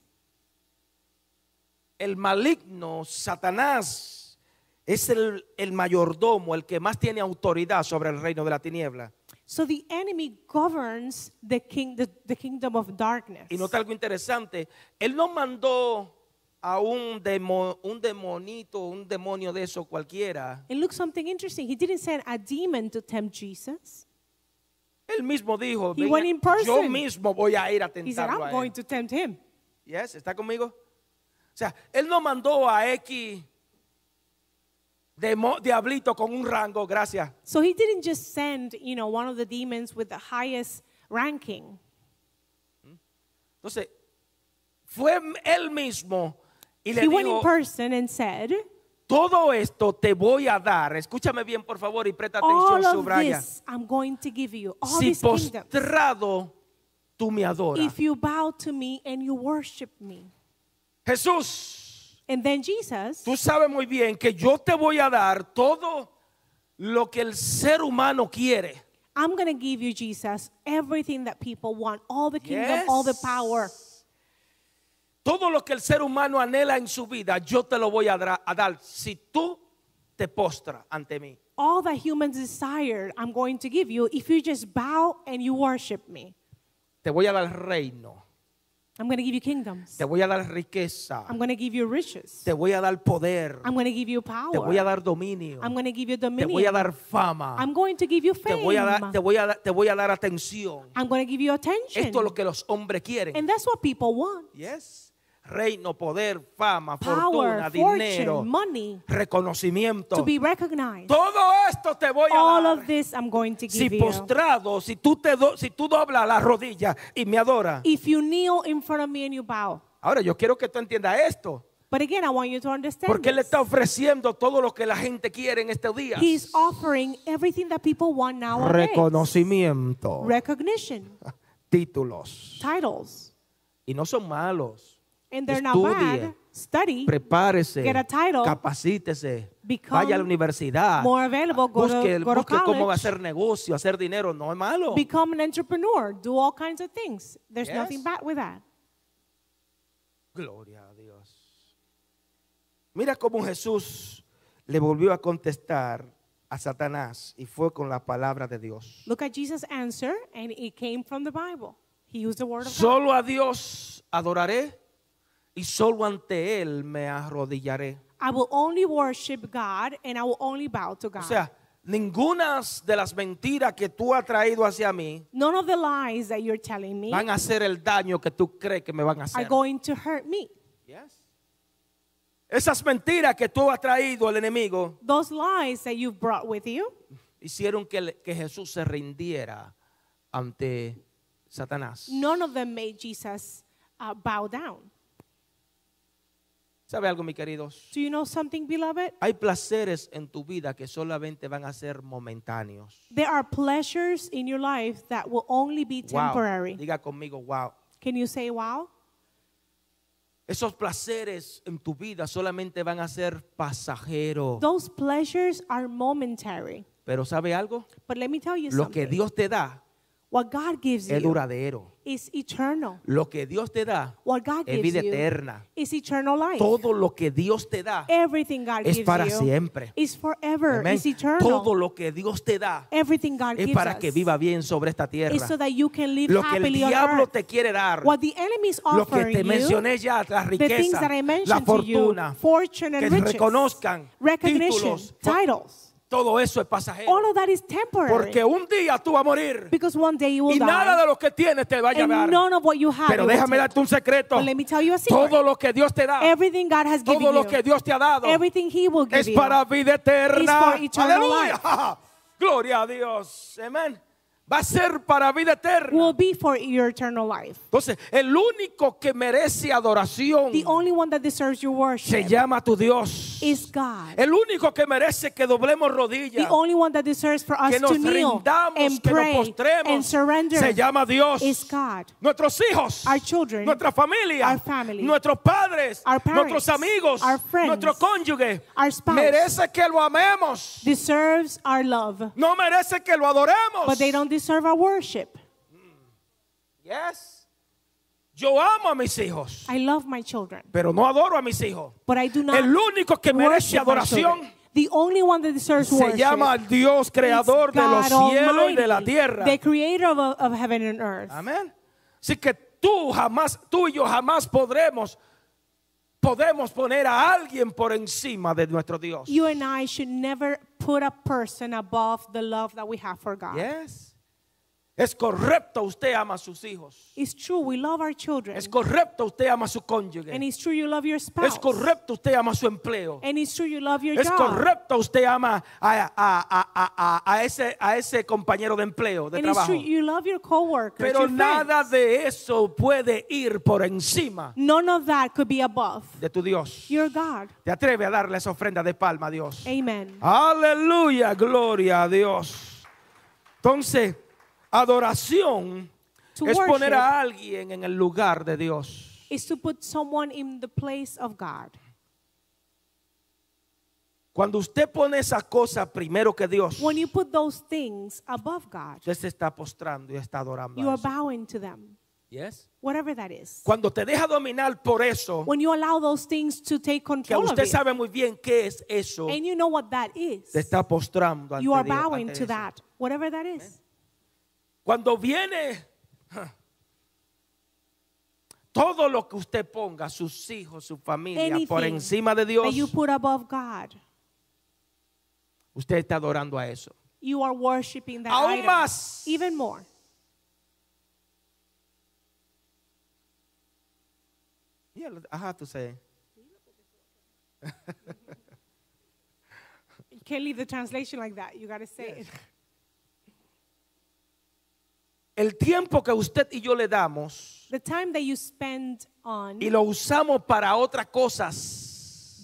Speaker 1: el maligno, Satanás, es el, el mayordomo, el que más tiene autoridad sobre el reino de la tiniebla.
Speaker 2: So the enemy governs the king the, the kingdom of darkness.
Speaker 1: Y nota algo interesante, él no mandó a un, demo- un demonito, un demonio de eso cualquiera.
Speaker 2: And look something interesting. He didn't send a demon to tempt Jesus.
Speaker 1: Él mismo dijo,
Speaker 2: He
Speaker 1: "Ven
Speaker 2: went in
Speaker 1: a- yo
Speaker 2: person.
Speaker 1: mismo voy a ir a
Speaker 2: He said,
Speaker 1: tentarlo
Speaker 2: I'm
Speaker 1: a
Speaker 2: going
Speaker 1: él".
Speaker 2: to tempt him.
Speaker 1: Yes, ¿Está conmigo? O sea, él no mandó a X demo- diablito con un rango, gracias.
Speaker 2: So he didn't just send, you know, one of the demons with the highest ranking.
Speaker 1: Entonces, fue él mismo Y le
Speaker 2: He went in
Speaker 1: dijo,
Speaker 2: person and said,
Speaker 1: todo esto te voy a dar. Escúchame bien, por favor, y presta atención,
Speaker 2: All of
Speaker 1: subraya.
Speaker 2: this I'm going to give you. All
Speaker 1: Si
Speaker 2: these kingdoms.
Speaker 1: postrado tú me adoras.
Speaker 2: If you bow to me and you worship me.
Speaker 1: Jesús,
Speaker 2: And then Jesus,
Speaker 1: tú sabes muy bien que yo te voy a dar todo lo que el ser humano quiere.
Speaker 2: I'm going to give you, Jesus, everything that people want all the kingdom, all the
Speaker 1: Yes.
Speaker 2: power.
Speaker 1: Todo lo que el ser humano anhela en su vida, yo te lo voy a, dra- a dar si tú te postras ante mí.
Speaker 2: All that humans desire, I'm going to give you if you just bow and you worship me.
Speaker 1: Te voy a dar reino,
Speaker 2: I'm going to give you kingdoms.
Speaker 1: te voy a dar riqueza,
Speaker 2: I'm going to give you riches.
Speaker 1: te voy a dar poder,
Speaker 2: I'm going to give you
Speaker 1: te voy a
Speaker 2: power.
Speaker 1: dar dominio,
Speaker 2: I'm going to give you
Speaker 1: te voy a
Speaker 2: dominion.
Speaker 1: dar fama,
Speaker 2: I'm going to give you
Speaker 1: te
Speaker 2: fame.
Speaker 1: voy a dar, te voy a dar- te voy a dar atención.
Speaker 2: I'm going to give you attention.
Speaker 1: Esto es lo que los hombres quieren.
Speaker 2: And that's what people want.
Speaker 1: Yes. Reino, poder, fama,
Speaker 2: Power,
Speaker 1: fortuna, dinero,
Speaker 2: fortune, money,
Speaker 1: reconocimiento.
Speaker 2: to be recognized.
Speaker 1: Todo esto te voy a
Speaker 2: All
Speaker 1: dar.
Speaker 2: of this I'm going to
Speaker 1: si
Speaker 2: give you.
Speaker 1: postrado, si tú te do- si tú doblas las rodillas y me adoras.
Speaker 2: If you kneel in front of me and you bow.
Speaker 1: Ahora yo quiero que tú entiendas esto,
Speaker 2: But again, I want you to understand
Speaker 1: porque él
Speaker 2: this.
Speaker 1: está ofreciendo todo lo que la gente quiere en este día.
Speaker 2: He's offering everything that people want nowadays.
Speaker 1: Reconocimiento,
Speaker 2: Recognition,
Speaker 1: títulos
Speaker 2: titles.
Speaker 1: y no son malos.
Speaker 2: And they're not
Speaker 1: Estudie.
Speaker 2: bad. Study,
Speaker 1: Prepárese,
Speaker 2: Get a title.
Speaker 1: capacítese,
Speaker 2: Become
Speaker 1: vaya a la universidad,
Speaker 2: more available, go to-
Speaker 1: busque,
Speaker 2: go to
Speaker 1: busque cómo
Speaker 2: college.
Speaker 1: hacer negocio, hacer dinero, no es malo.
Speaker 2: become an entrepreneur, do all kinds of things. There's
Speaker 1: Yes.
Speaker 2: nothing bad with that.
Speaker 1: Gloria a Dios. Mira cómo Jesús le volvió a contestar a Satanás y fue con la palabra de Dios.
Speaker 2: Look at Jesus' answer, and it came from the Bible. He used the word of God.
Speaker 1: Solo a Dios adoraré y solo ante Él me arrodillaré.
Speaker 2: I will only worship God, and I will only bow to God.
Speaker 1: O sea, ninguna de las mentiras que tú has traído hacia mí
Speaker 2: None of the lies that you're telling me
Speaker 1: van a hacer el daño que tú crees que me van a
Speaker 2: are
Speaker 1: hacer.
Speaker 2: going to hurt me.
Speaker 1: Yes. Esas mentiras que tú has traído al enemigo
Speaker 2: Those lies that you've brought with you
Speaker 1: hicieron que, le- que Jesús se rindiera ante Satanás.
Speaker 2: None of them made Jesus uh, bow down.
Speaker 1: ¿Sabe algo, mis queridos?
Speaker 2: Do you know something, beloved?
Speaker 1: Hay placeres en tu vida que solamente van a ser momentáneos.
Speaker 2: There are pleasures in your life that will only be
Speaker 1: Wow.
Speaker 2: temporary.
Speaker 1: Diga conmigo, wow.
Speaker 2: Can you say wow?
Speaker 1: Esos placeres en tu vida solamente van a ser pasajeros.
Speaker 2: Those pleasures are momentary.
Speaker 1: Pero ¿sabe algo?
Speaker 2: But let me tell you
Speaker 1: Lo que
Speaker 2: something.
Speaker 1: Dios te da
Speaker 2: What God gives
Speaker 1: es
Speaker 2: you
Speaker 1: duradero.
Speaker 2: is eternal.
Speaker 1: Lo que Dios te da
Speaker 2: What God
Speaker 1: es
Speaker 2: gives
Speaker 1: vida
Speaker 2: you
Speaker 1: eterna.
Speaker 2: is eternal life.
Speaker 1: Todo lo que Dios te da
Speaker 2: Everything God
Speaker 1: es
Speaker 2: gives
Speaker 1: para
Speaker 2: you
Speaker 1: siempre.
Speaker 2: is forever,
Speaker 1: Amén.
Speaker 2: is eternal.
Speaker 1: Todo lo que Dios te da
Speaker 2: Everything God
Speaker 1: es
Speaker 2: gives
Speaker 1: para
Speaker 2: us
Speaker 1: que viva bien sobre esta
Speaker 2: is
Speaker 1: tierra.
Speaker 2: so that you can live
Speaker 1: Lo que el
Speaker 2: happily on
Speaker 1: diablo
Speaker 2: earth.
Speaker 1: te quiere dar,
Speaker 2: What the enemy is
Speaker 1: lo
Speaker 2: offering
Speaker 1: que te
Speaker 2: you
Speaker 1: mencioné ya, la
Speaker 2: the things
Speaker 1: riqueza,
Speaker 2: that I
Speaker 1: la
Speaker 2: mentioned to you,
Speaker 1: fortuna,
Speaker 2: fortune
Speaker 1: que
Speaker 2: and riches,
Speaker 1: reconozcan
Speaker 2: recognition,
Speaker 1: títulos, fo-
Speaker 2: titles,
Speaker 1: todo eso es pasajero.
Speaker 2: all of that is temporary.
Speaker 1: Porque un día tú vas a morir
Speaker 2: because one day you will
Speaker 1: y nada
Speaker 2: die,
Speaker 1: de lo que tienes te va a
Speaker 2: and
Speaker 1: llevar.
Speaker 2: none of what you have.
Speaker 1: Pero
Speaker 2: you will
Speaker 1: déjame
Speaker 2: take.
Speaker 1: darte un secreto.
Speaker 2: But let me tell you a secret.
Speaker 1: Todo lo que Dios te da,
Speaker 2: Everything God has given
Speaker 1: todo lo
Speaker 2: you,
Speaker 1: que Dios te ha dado,
Speaker 2: everything He will give
Speaker 1: es para vida eterna.
Speaker 2: It's for eternal
Speaker 1: Aleluya. <laughs>
Speaker 2: life.
Speaker 1: Gloria a Dios. Amén. Va a ser para vida
Speaker 2: you
Speaker 1: eterna.
Speaker 2: will be for your eternal life.
Speaker 1: Entonces, el único que merece adoración
Speaker 2: The only one that deserves your
Speaker 1: Mm. se
Speaker 2: worship
Speaker 1: llama tu Dios.
Speaker 2: is God.
Speaker 1: El único que merece que doblemos
Speaker 2: The
Speaker 1: rodillas,
Speaker 2: only one that deserves for us
Speaker 1: que nos
Speaker 2: to kneel
Speaker 1: rindamos,
Speaker 2: and
Speaker 1: que nos
Speaker 2: pray and
Speaker 1: postremos,
Speaker 2: surrender
Speaker 1: se llama Dios.
Speaker 2: is God.
Speaker 1: Nuestros hijos,
Speaker 2: Our children,
Speaker 1: nuestra familia,
Speaker 2: our family,
Speaker 1: nuestros padres,
Speaker 2: our parents,
Speaker 1: nuestros amigos,
Speaker 2: our friends,
Speaker 1: nuestro cónyuge,
Speaker 2: our spouse.
Speaker 1: merece que lo amemos.
Speaker 2: Deserves our love,
Speaker 1: No merece que lo adoremos.
Speaker 2: but they don't deserve our worship.
Speaker 1: Yes. Yo amo a mis hijos,
Speaker 2: I love my children,
Speaker 1: pero no adoro a mis hijos.
Speaker 2: but I do not.
Speaker 1: El único que merece
Speaker 2: worship my
Speaker 1: adoración
Speaker 2: children. The only one that deserves
Speaker 1: se
Speaker 2: worship.
Speaker 1: llama
Speaker 2: is
Speaker 1: el Dios creador de los
Speaker 2: God
Speaker 1: cielos y de la
Speaker 2: Almighty,
Speaker 1: tierra.
Speaker 2: The creator of, of heaven and earth.
Speaker 1: Amén. Así que tú jamás, tú y yo jamás podremos, podemos poner a alguien por encima de nuestro Dios.
Speaker 2: You and I should never put a person above the love that we have for God.
Speaker 1: Yes. Es correcto, usted ama a sus hijos.
Speaker 2: It's true, we love our children.
Speaker 1: Es correcto, usted ama a su
Speaker 2: And
Speaker 1: cónyuge.
Speaker 2: it's true, you love your spouse.
Speaker 1: Es correcto, usted ama su empleo.
Speaker 2: And it's true, you love your
Speaker 1: Es
Speaker 2: job.
Speaker 1: correcto, usted ama a, a- a- a- a- a ese, a ese compañero de empleo, de
Speaker 2: And it's
Speaker 1: trabajo.
Speaker 2: true, you love your coworker.
Speaker 1: Pero
Speaker 2: your friend.
Speaker 1: nada de eso puede ir por encima
Speaker 2: None of that could be above
Speaker 1: de tu Dios.
Speaker 2: your God.
Speaker 1: Te atreves a darle esa ofrenda de palma a Dios.
Speaker 2: Amen.
Speaker 1: Aleluya, gloria a Dios. Entonces, adoración
Speaker 2: To
Speaker 1: es poner
Speaker 2: worship.
Speaker 1: a alguien en el lugar de Dios.
Speaker 2: Is to put someone in the place of God.
Speaker 1: Cuando usted pone esas cosas primero que Dios,
Speaker 2: When you put those things above God,
Speaker 1: usted se está postrando y está adorando.
Speaker 2: you
Speaker 1: a
Speaker 2: are
Speaker 1: eso.
Speaker 2: bowing to them,
Speaker 3: Yes.
Speaker 2: whatever that is.
Speaker 1: Cuando te deja dominar por eso,
Speaker 2: When you allow those things to take
Speaker 1: que
Speaker 2: control of
Speaker 1: usted
Speaker 2: you,
Speaker 1: sabe muy bien qué es eso,
Speaker 2: and you know what that is,
Speaker 1: te está postrando ante
Speaker 2: you are
Speaker 1: Dios, ante
Speaker 2: bowing to
Speaker 1: eso.
Speaker 2: that, whatever that is.
Speaker 1: Cuando viene ja, todo lo que usted ponga, sus hijos, su familia, por
Speaker 2: Anything
Speaker 1: encima de Dios,
Speaker 2: that you put above God,
Speaker 1: usted está adorando a eso.
Speaker 2: you are worshiping that
Speaker 1: Aún
Speaker 2: item.
Speaker 1: más.
Speaker 2: even more.
Speaker 1: Yeah, I have to say.
Speaker 2: You can't leave the translation like that. You got to say it.
Speaker 1: El tiempo que usted y yo le damos
Speaker 2: The time that you spend on
Speaker 1: y lo usamos para otras cosas,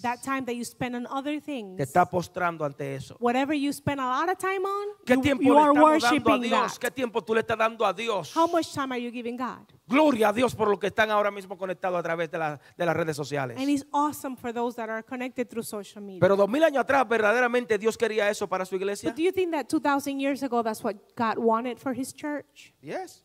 Speaker 2: that time that you spend on other
Speaker 1: te
Speaker 2: things,
Speaker 1: está postrando ante eso.
Speaker 2: whatever you spend a lot of time on,
Speaker 1: ¿Qué
Speaker 2: you,
Speaker 1: tiempo
Speaker 2: you
Speaker 1: le
Speaker 2: are
Speaker 1: estamos dando a
Speaker 2: worshiping
Speaker 1: Dios? ¿Qué
Speaker 2: that.
Speaker 1: tiempo tú le estás dando a Dios?
Speaker 2: How much time are you giving God?
Speaker 1: Gloria a Dios por lo que están ahora mismo conectados a través de, la- de las redes sociales.
Speaker 2: And it's awesome for those that are connected through social media.
Speaker 1: Pero dos mil años atrás, verdaderamente Dios quería eso para su iglesia.
Speaker 2: But do you think that 2,000 years ago, that's what God wanted for his church?
Speaker 1: Yes.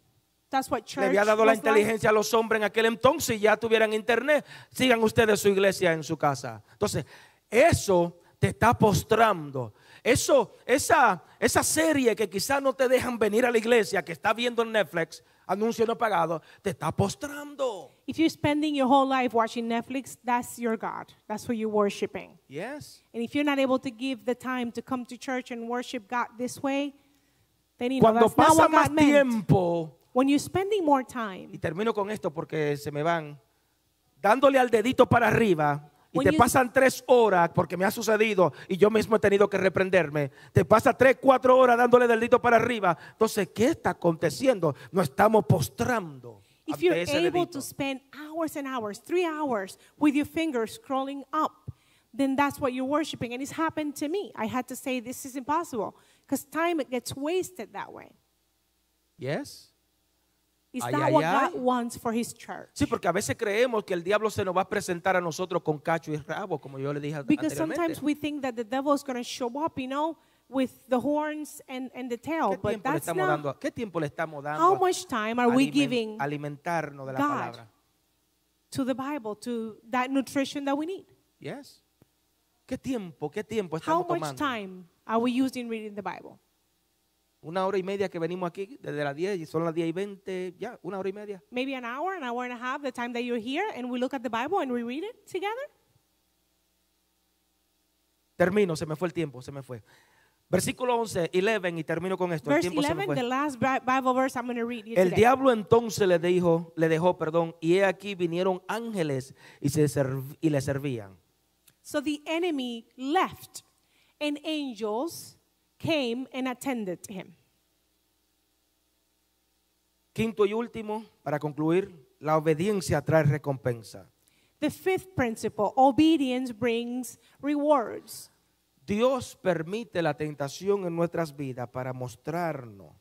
Speaker 2: That's what
Speaker 1: Le
Speaker 2: church
Speaker 1: había dado la
Speaker 2: was like?
Speaker 1: inteligencia a los hombres en aquel entonces y ya tuvieran internet. Sigan ustedes su iglesia en su casa. Entonces, eso te está postrando. Eso, esa, esa serie que quizás no te dejan venir a la iglesia, que está viendo en Netflix, anuncio no pagado, te está postrando.
Speaker 2: If you're spending your whole life watching Netflix, that's your God. That's who you're worshiping.
Speaker 1: Yes.
Speaker 2: And if you're not able to give the time to come to church and worship God this way, then you know
Speaker 1: Cuando
Speaker 2: that's not
Speaker 1: pasa
Speaker 2: what
Speaker 1: más
Speaker 2: God meant.
Speaker 1: tiempo,
Speaker 2: When you're spending more
Speaker 1: y
Speaker 2: time,
Speaker 1: termino con esto porque se me van, dándole al dedito para arriba. Y
Speaker 2: When
Speaker 1: te
Speaker 2: you-
Speaker 1: pasan tres horas, porque me ha sucedido y yo mismo he tenido que reprenderme. Te pasa tres, cuatro horas dándole dedito para arriba. Entonces, ¿qué está aconteciendo? Nos estamos postrando.
Speaker 2: if
Speaker 1: ante
Speaker 2: you're
Speaker 1: ese
Speaker 2: able
Speaker 1: dedito.
Speaker 2: to spend hours and hours, three hours, with your fingers scrolling up, then that's what you're worshiping. And it's happened to me. I had to say this is impossible because time gets wasted that way.
Speaker 1: Yes.
Speaker 2: Is
Speaker 1: Ay,
Speaker 2: that
Speaker 1: ay,
Speaker 2: what
Speaker 1: ay.
Speaker 2: God wants for His church?
Speaker 1: Sí, porque a veces creemos que el diablo se nos va a presentar a nosotros con cacho y rabo, como yo le dije
Speaker 2: Because
Speaker 1: anteriormente.
Speaker 2: sometimes we think that the devil is going to show up, you know, with the horns and, and the tail,
Speaker 1: ¿Qué, tiempo
Speaker 2: but
Speaker 1: le
Speaker 2: that's
Speaker 1: estamos
Speaker 2: not
Speaker 1: dando, a- ¿Qué tiempo le estamos dando?
Speaker 2: how
Speaker 1: a-
Speaker 2: much time are we
Speaker 1: alimen-
Speaker 2: giving
Speaker 1: alimentarnos de la
Speaker 2: God?
Speaker 1: palabra?
Speaker 2: to the Bible, to that nutrition that we need.
Speaker 1: Yes. ¿Qué tiempo? ¿Qué tiempo
Speaker 2: How
Speaker 1: estamos
Speaker 2: much
Speaker 1: tomando?
Speaker 2: time are we using reading the Bible?
Speaker 1: Una hora y media que venimos aquí, desde las 10, y son las 10 y 20, ya, una hora y media.
Speaker 2: Maybe an hour, an hour and a half, the time that you're here, and we look at the Bible and we read it together?
Speaker 1: Termino, se me fue el tiempo, se me fue. Versículo 11, 11, y termino con esto. El
Speaker 2: Verse
Speaker 1: tiempo se me
Speaker 2: 11, the
Speaker 1: fue.
Speaker 2: last Bi- Bible verse I'm going to read you
Speaker 1: El
Speaker 2: today.
Speaker 1: diablo entonces le dijo, le dejó, perdón, y he aquí vinieron ángeles y, se serv- y le servían.
Speaker 2: So the enemy left, and angels came and attended him.
Speaker 1: Quinto y último, para concluir, la obediencia trae recompensa.
Speaker 2: The fifth principle obedience brings rewards.
Speaker 1: Dios permite la tentación en nuestras vidas para mostrarnos,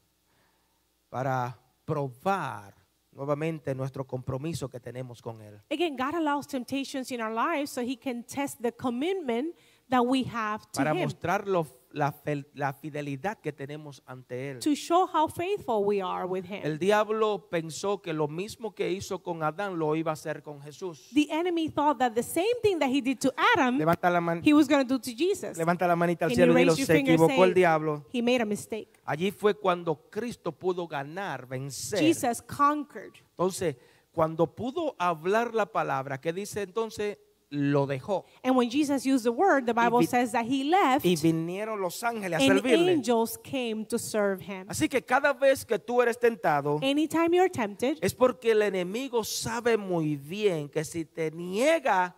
Speaker 1: para probar nuevamente nuestro compromiso que tenemos con Él.
Speaker 2: Again, God allows temptations in our lives so He can test the commitment that we have to
Speaker 1: Para
Speaker 2: Him,
Speaker 1: mostrar lo- la, fel- la fidelidad que tenemos ante Él.
Speaker 2: to show how faithful we are with Him.
Speaker 1: El diablo pensó que lo mismo que hizo con Adán lo iba a hacer con Jesús.
Speaker 2: the enemy thought that the same thing that he did to Adam,
Speaker 1: Levanta la, man-
Speaker 2: he was going to do to Jesus.
Speaker 1: levanta la manita al
Speaker 2: And
Speaker 1: cielo
Speaker 2: you
Speaker 1: y dilo,
Speaker 2: raise your
Speaker 1: se
Speaker 2: finger
Speaker 1: equivocó el
Speaker 2: saying,
Speaker 1: diablo.
Speaker 2: He made a mistake.
Speaker 1: Allí fue cuando Cristo pudo ganar, vencer.
Speaker 2: Jesus conquered.
Speaker 1: Entonces, cuando pudo hablar la palabra, ¿qué dice entonces lo dejó.
Speaker 2: And when Jesus used the word, the Bible
Speaker 1: vi-
Speaker 2: says that he left
Speaker 1: Y vinieron los ángeles a
Speaker 2: and
Speaker 1: servirle.
Speaker 2: angels came to serve him.
Speaker 1: Así que cada vez que tú eres tentado,
Speaker 2: Anytime you're tempted,
Speaker 1: es porque el enemigo sabe muy bien que si te niega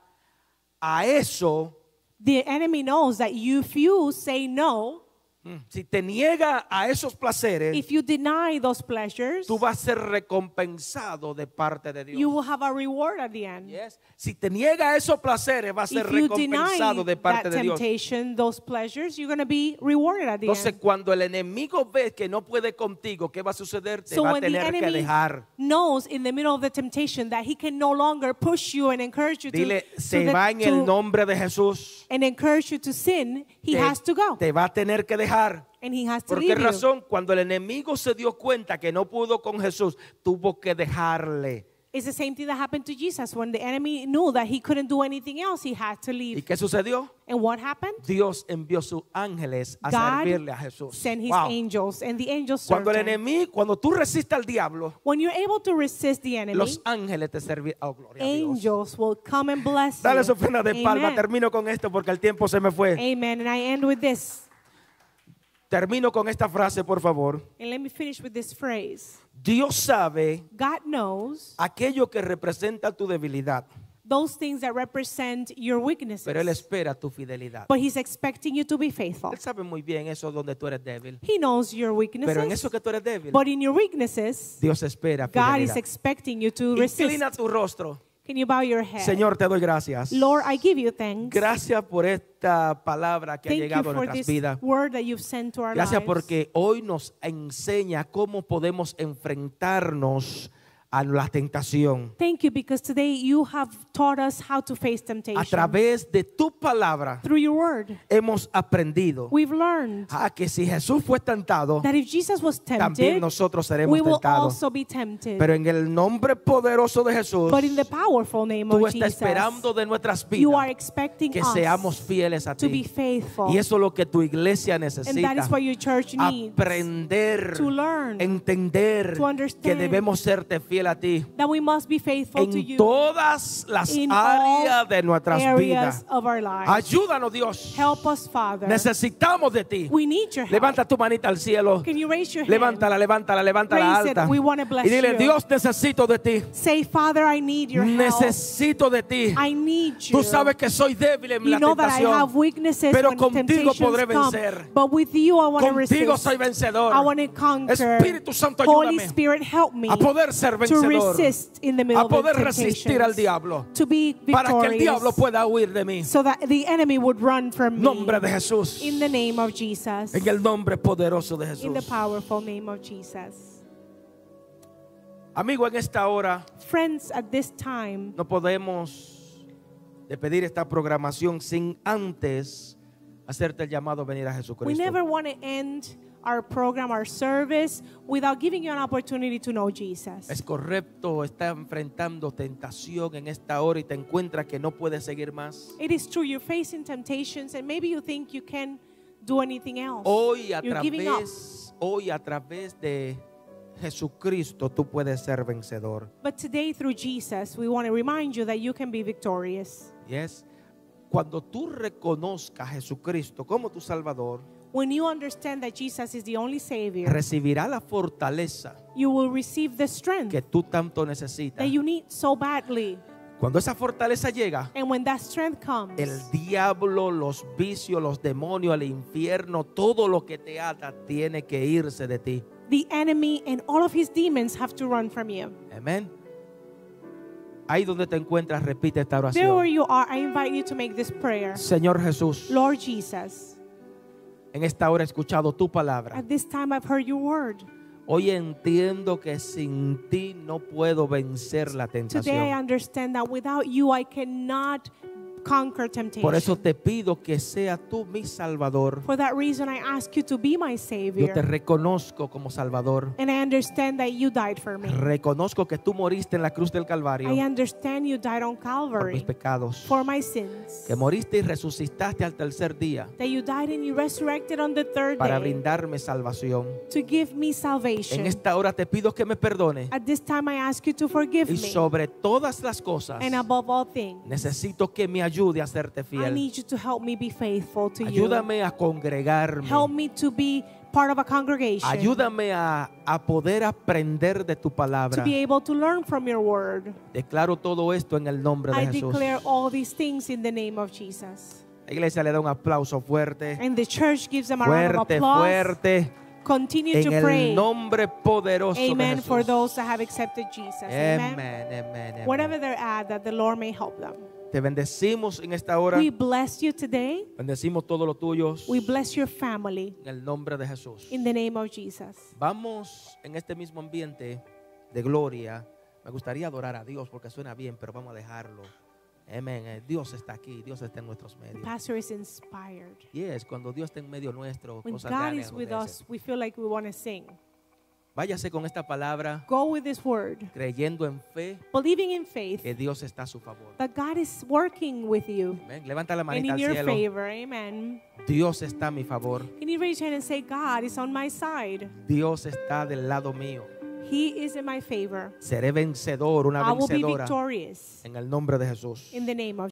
Speaker 1: a eso,
Speaker 2: the enemy knows that you- if you say no,
Speaker 1: mm, si te niega a esos placeres,
Speaker 2: if you deny those pleasures,
Speaker 1: tú vas a ser recompensado de parte de Dios.
Speaker 2: you will have a reward at the end.
Speaker 1: Yes. Si te niega a esos placeres, vas a ser
Speaker 2: If you deny
Speaker 1: recompensado de parte
Speaker 2: that
Speaker 1: de Dios.
Speaker 2: temptation, those pleasures, you're going to be rewarded at the
Speaker 1: Entonces,
Speaker 2: end.
Speaker 1: cuando el enemigo ve que no puede contigo, ¿qué va a suceder? Te
Speaker 2: So
Speaker 1: va a
Speaker 2: when the
Speaker 1: tener que
Speaker 2: enemy
Speaker 1: dejar.
Speaker 2: knows in the middle of the temptation that he can no longer push you and encourage you to,
Speaker 1: Dile,
Speaker 2: to
Speaker 1: se
Speaker 2: the-
Speaker 1: va en el
Speaker 2: to-
Speaker 1: nombre de Jesús.
Speaker 2: and encourage you to sin, he
Speaker 1: te,
Speaker 2: has to go
Speaker 1: te va a tener que dejar.
Speaker 2: and he has to
Speaker 1: ¿Por qué
Speaker 2: leave you.
Speaker 1: razón? Cuando el enemigo se dio cuenta que no pudo con Jesús, tuvo que dejarle.
Speaker 2: It's the same thing that happened to Jesus when the enemy knew that he couldn't do anything else, he had to
Speaker 1: ¿Y
Speaker 2: leave.
Speaker 1: qué sucedió?
Speaker 2: And what happened?
Speaker 1: Dios envió sus ángeles a servirle a
Speaker 2: God
Speaker 1: Jesús.
Speaker 2: sent his
Speaker 1: Wow.
Speaker 2: angels and the angels served
Speaker 1: Cuando el
Speaker 2: him.
Speaker 1: enemigo, cuando tú resistas al diablo,
Speaker 2: When you're able to resist the enemy,
Speaker 1: los ángeles te servirán. Oh, gloria a Dios.
Speaker 2: angels will come and bless
Speaker 1: Dale su
Speaker 2: you.
Speaker 1: ofrenda de palma.
Speaker 2: Amen.
Speaker 1: Termino con esto porque el tiempo se me fue.
Speaker 2: Amen. And I end with this.
Speaker 1: Termino con esta frase, por favor.
Speaker 2: And let me finish with this phrase.
Speaker 1: Dios sabe
Speaker 2: God knows
Speaker 1: aquello que representa tu debilidad,
Speaker 2: those things that represent your
Speaker 1: pero Él
Speaker 2: weaknesses,
Speaker 1: espera tu fidelidad.
Speaker 2: but He's expecting you to be faithful.
Speaker 1: Él sabe muy bien eso donde tú eres débil.
Speaker 2: He knows your
Speaker 1: Pero en eso
Speaker 2: weaknesses,
Speaker 1: que tú eres débil,
Speaker 2: but in your weaknesses,
Speaker 1: Dios espera
Speaker 2: God is
Speaker 1: fidelidad.
Speaker 2: expecting you to resist.
Speaker 1: Inclina tu rostro.
Speaker 2: Can you bow your head?
Speaker 1: Señor, te doy gracias.
Speaker 2: Lord, I give you thanks.
Speaker 1: Gracias por esta palabra que ha
Speaker 2: Thank you
Speaker 1: llegado a
Speaker 2: for
Speaker 1: nuestras
Speaker 2: this
Speaker 1: vidas.
Speaker 2: word that you've sent to our
Speaker 1: Gracias
Speaker 2: lives.
Speaker 1: porque hoy nos enseña cómo podemos enfrentarnos a la tentación.
Speaker 2: Thank you because today you have taught us how to face
Speaker 1: A
Speaker 2: temptation.
Speaker 1: través de tu palabra
Speaker 2: Through your word,
Speaker 1: hemos aprendido
Speaker 2: we've learned
Speaker 1: a Ah, que si Jesús fue tentado,
Speaker 2: that if Jesus was
Speaker 1: también
Speaker 2: tempted,
Speaker 1: nosotros seremos
Speaker 2: we will
Speaker 1: tentados.
Speaker 2: also be tempted.
Speaker 1: Pero en el nombre poderoso de Jesús,
Speaker 2: But in the powerful name
Speaker 1: tú
Speaker 2: of
Speaker 1: estás
Speaker 2: Jesus,
Speaker 1: esperando de nuestras
Speaker 2: you are
Speaker 1: vidas
Speaker 2: expecting
Speaker 1: que
Speaker 2: us
Speaker 1: seamos fieles a
Speaker 2: to
Speaker 1: ti.
Speaker 2: be faithful.
Speaker 1: Y eso es lo que tu iglesia
Speaker 2: and that
Speaker 1: necesita.
Speaker 2: is what your church needs.
Speaker 1: Aprender,
Speaker 2: to learn,
Speaker 1: entender
Speaker 2: to understand
Speaker 1: que debemos serte fiel a ti
Speaker 2: That we must be faithful to
Speaker 1: en
Speaker 2: you
Speaker 1: todas las
Speaker 2: in all
Speaker 1: áreas de nuestras
Speaker 2: areas
Speaker 1: vidas.
Speaker 2: of our lives.
Speaker 1: Ayúdanos, Dios.
Speaker 2: Help us, Father.
Speaker 1: Necesitamos de ti.
Speaker 2: we need your help.
Speaker 1: Levanta tu manita al cielo.
Speaker 2: Can you raise your hand?
Speaker 1: Levántala, levántala, levántala
Speaker 2: Raise it.
Speaker 1: alta.
Speaker 2: We wanna bless
Speaker 1: Y dile,
Speaker 2: you.
Speaker 1: Dios, necesito de ti.
Speaker 2: Say, Father, I need your help.
Speaker 1: Necesito de ti.
Speaker 2: I need you.
Speaker 1: Tú sabes que soy débil en
Speaker 2: you
Speaker 1: la
Speaker 2: know that I have
Speaker 1: tentación.
Speaker 2: weaknesses
Speaker 1: Pero
Speaker 2: when
Speaker 1: contigo
Speaker 2: temptations
Speaker 1: podré
Speaker 2: come,
Speaker 1: vencer.
Speaker 2: But with you I want to
Speaker 1: Contigo
Speaker 2: resist.
Speaker 1: soy vencedor.
Speaker 2: I want to conquer.
Speaker 1: Espíritu Santo,
Speaker 2: Holy
Speaker 1: ayúdame
Speaker 2: Spirit, help me
Speaker 1: a poder ser
Speaker 2: to
Speaker 1: vencedor.
Speaker 2: resist in the middle
Speaker 1: A poder
Speaker 2: of the temptations,
Speaker 1: resistir al diablo.
Speaker 2: To be victorious.
Speaker 1: Para que el diablo pueda huir de mí.
Speaker 2: so that the enemy would run from
Speaker 1: Nombre de
Speaker 2: me.
Speaker 1: Jesús.
Speaker 2: In the name of Jesus.
Speaker 1: En el nombre poderoso de
Speaker 2: in the
Speaker 1: Jesús.
Speaker 2: powerful name of Jesus.
Speaker 1: Amigo, en esta hora
Speaker 2: Friends, at this time,
Speaker 1: no podemos despedir esta programación sin antes hacerte el llamado a venir a
Speaker 2: we
Speaker 1: Jesucristo.
Speaker 2: never want to end our program, our service, without giving you an opportunity to know Jesus.
Speaker 1: Es correcto, está enfrentando tentación en esta hora y te encuentras que no puedes seguir más.
Speaker 2: It is true, you're facing temptations, and maybe you think you can do anything else.
Speaker 1: Hoy a
Speaker 2: you're giving up.
Speaker 1: través, hoy a través de Jesucristo tú puedes ser vencedor.
Speaker 2: But today, through Jesus, we want to remind you that you can be victorious.
Speaker 1: Y es cuando tú reconozcas a Jesucristo como tu Salvador,
Speaker 2: When you understand that Jesus is the only Savior,
Speaker 1: recibirá la fortaleza
Speaker 2: you will receive the strength
Speaker 1: que tú tanto necesitas.
Speaker 2: that you need so badly.
Speaker 1: Cuando esa fortaleza llega,
Speaker 2: And when that strength comes,
Speaker 1: el diablo, los vicios, los demonios, el infierno, todo lo que te ata tiene que irse de ti.
Speaker 2: the enemy and all of his demons have to run from you.
Speaker 1: Amén. Ahí donde te encuentras, repite esta
Speaker 2: There where
Speaker 1: oración.
Speaker 2: you are, I invite you to make this prayer.
Speaker 1: Señor Jesús,
Speaker 2: Lord Jesus,
Speaker 1: en esta hora he escuchado tu palabra.
Speaker 2: at this time I've heard your word.
Speaker 1: Hoy entiendo que sin ti no puedo vencer la
Speaker 2: Today I
Speaker 1: tentación.
Speaker 2: understand that without you I cannot conquer temptation.
Speaker 1: Por eso te pido que sea tú mi Salvador.
Speaker 2: For that reason, I ask you to be my
Speaker 1: Yo te
Speaker 2: Savior.
Speaker 1: reconozco como Salvador.
Speaker 2: And I understand that you died for me.
Speaker 1: Reconozco que tú moriste en la cruz del
Speaker 2: I
Speaker 1: Calvario
Speaker 2: understand you died on
Speaker 1: por mis
Speaker 2: Calvary
Speaker 1: pecados.
Speaker 2: for my sins.
Speaker 1: Que moriste y resucitaste al tercer día
Speaker 2: That you died and you resurrected on the third
Speaker 1: para
Speaker 2: day
Speaker 1: brindarme salvación.
Speaker 2: to give me
Speaker 1: En
Speaker 2: salvation.
Speaker 1: esta hora te pido que me perdones
Speaker 2: At this time, I ask you to forgive
Speaker 1: y
Speaker 2: me.
Speaker 1: sobre todas las cosas
Speaker 2: And above all things,
Speaker 1: necesito que me ayude a serte
Speaker 2: I
Speaker 1: fiel.
Speaker 2: need you to help me be faithful to you.
Speaker 1: Ayúdame a congregarme.
Speaker 2: Help me to be part of a congregation.
Speaker 1: Ayúdame a, a poder aprender de tu
Speaker 2: to
Speaker 1: palabra.
Speaker 2: be able to learn from your word.
Speaker 1: Declaro todo esto en el nombre
Speaker 2: I
Speaker 1: de Jesús.
Speaker 2: declare all these things in the name of Jesus.
Speaker 1: La iglesia le da un aplauso fuerte,
Speaker 2: And the church gives them a round of
Speaker 1: fuerte,
Speaker 2: applause.
Speaker 1: fuerte,
Speaker 2: Continue
Speaker 1: en
Speaker 2: to
Speaker 1: el
Speaker 2: pray.
Speaker 1: nombre poderoso
Speaker 2: Amen
Speaker 1: de
Speaker 2: for
Speaker 1: Jesús.
Speaker 2: those that have accepted Jesus. Amen.
Speaker 1: Amén, amén, amén.
Speaker 2: Whatever they're at, that the Lord may help them.
Speaker 1: Te bendecimos en esta hora.
Speaker 2: We bless you today.
Speaker 1: Bendecimos todo lo tuyo
Speaker 2: We bless your family
Speaker 1: en el nombre de Jesús.
Speaker 2: in the name of Jesus.
Speaker 1: Vamos en este mismo ambiente de gloria. Me gustaría adorar a Dios porque suena bien, pero vamos a dejarlo. Amén. Eh, Dios está aquí, Dios está en nuestros
Speaker 2: The
Speaker 1: medios.
Speaker 2: pastor is inspired.
Speaker 1: Y es cuando Dios está en medio nuestro,
Speaker 2: When
Speaker 1: cosas
Speaker 2: God
Speaker 1: grandes
Speaker 2: is with
Speaker 1: acontecen.
Speaker 2: us, we feel like we want to sing.
Speaker 1: Váyase con esta palabra
Speaker 2: Go with this word,
Speaker 1: creyendo en fe
Speaker 2: believing in faith
Speaker 1: que Dios está a su favor.
Speaker 2: that God is working with you
Speaker 1: Amén. Levanta la
Speaker 2: and
Speaker 1: manita
Speaker 2: in
Speaker 1: al
Speaker 2: your
Speaker 1: cielo.
Speaker 2: favor. Amen.
Speaker 1: Dios está a mi favor.
Speaker 2: Can you raise your hand and say, God is on my side?
Speaker 1: Dios está del lado mío.
Speaker 2: He is in my favor.
Speaker 1: Seré vencedor, una
Speaker 2: I will be
Speaker 1: vencedora.
Speaker 2: victorious
Speaker 1: En el nombre de Jesús.
Speaker 2: in the name of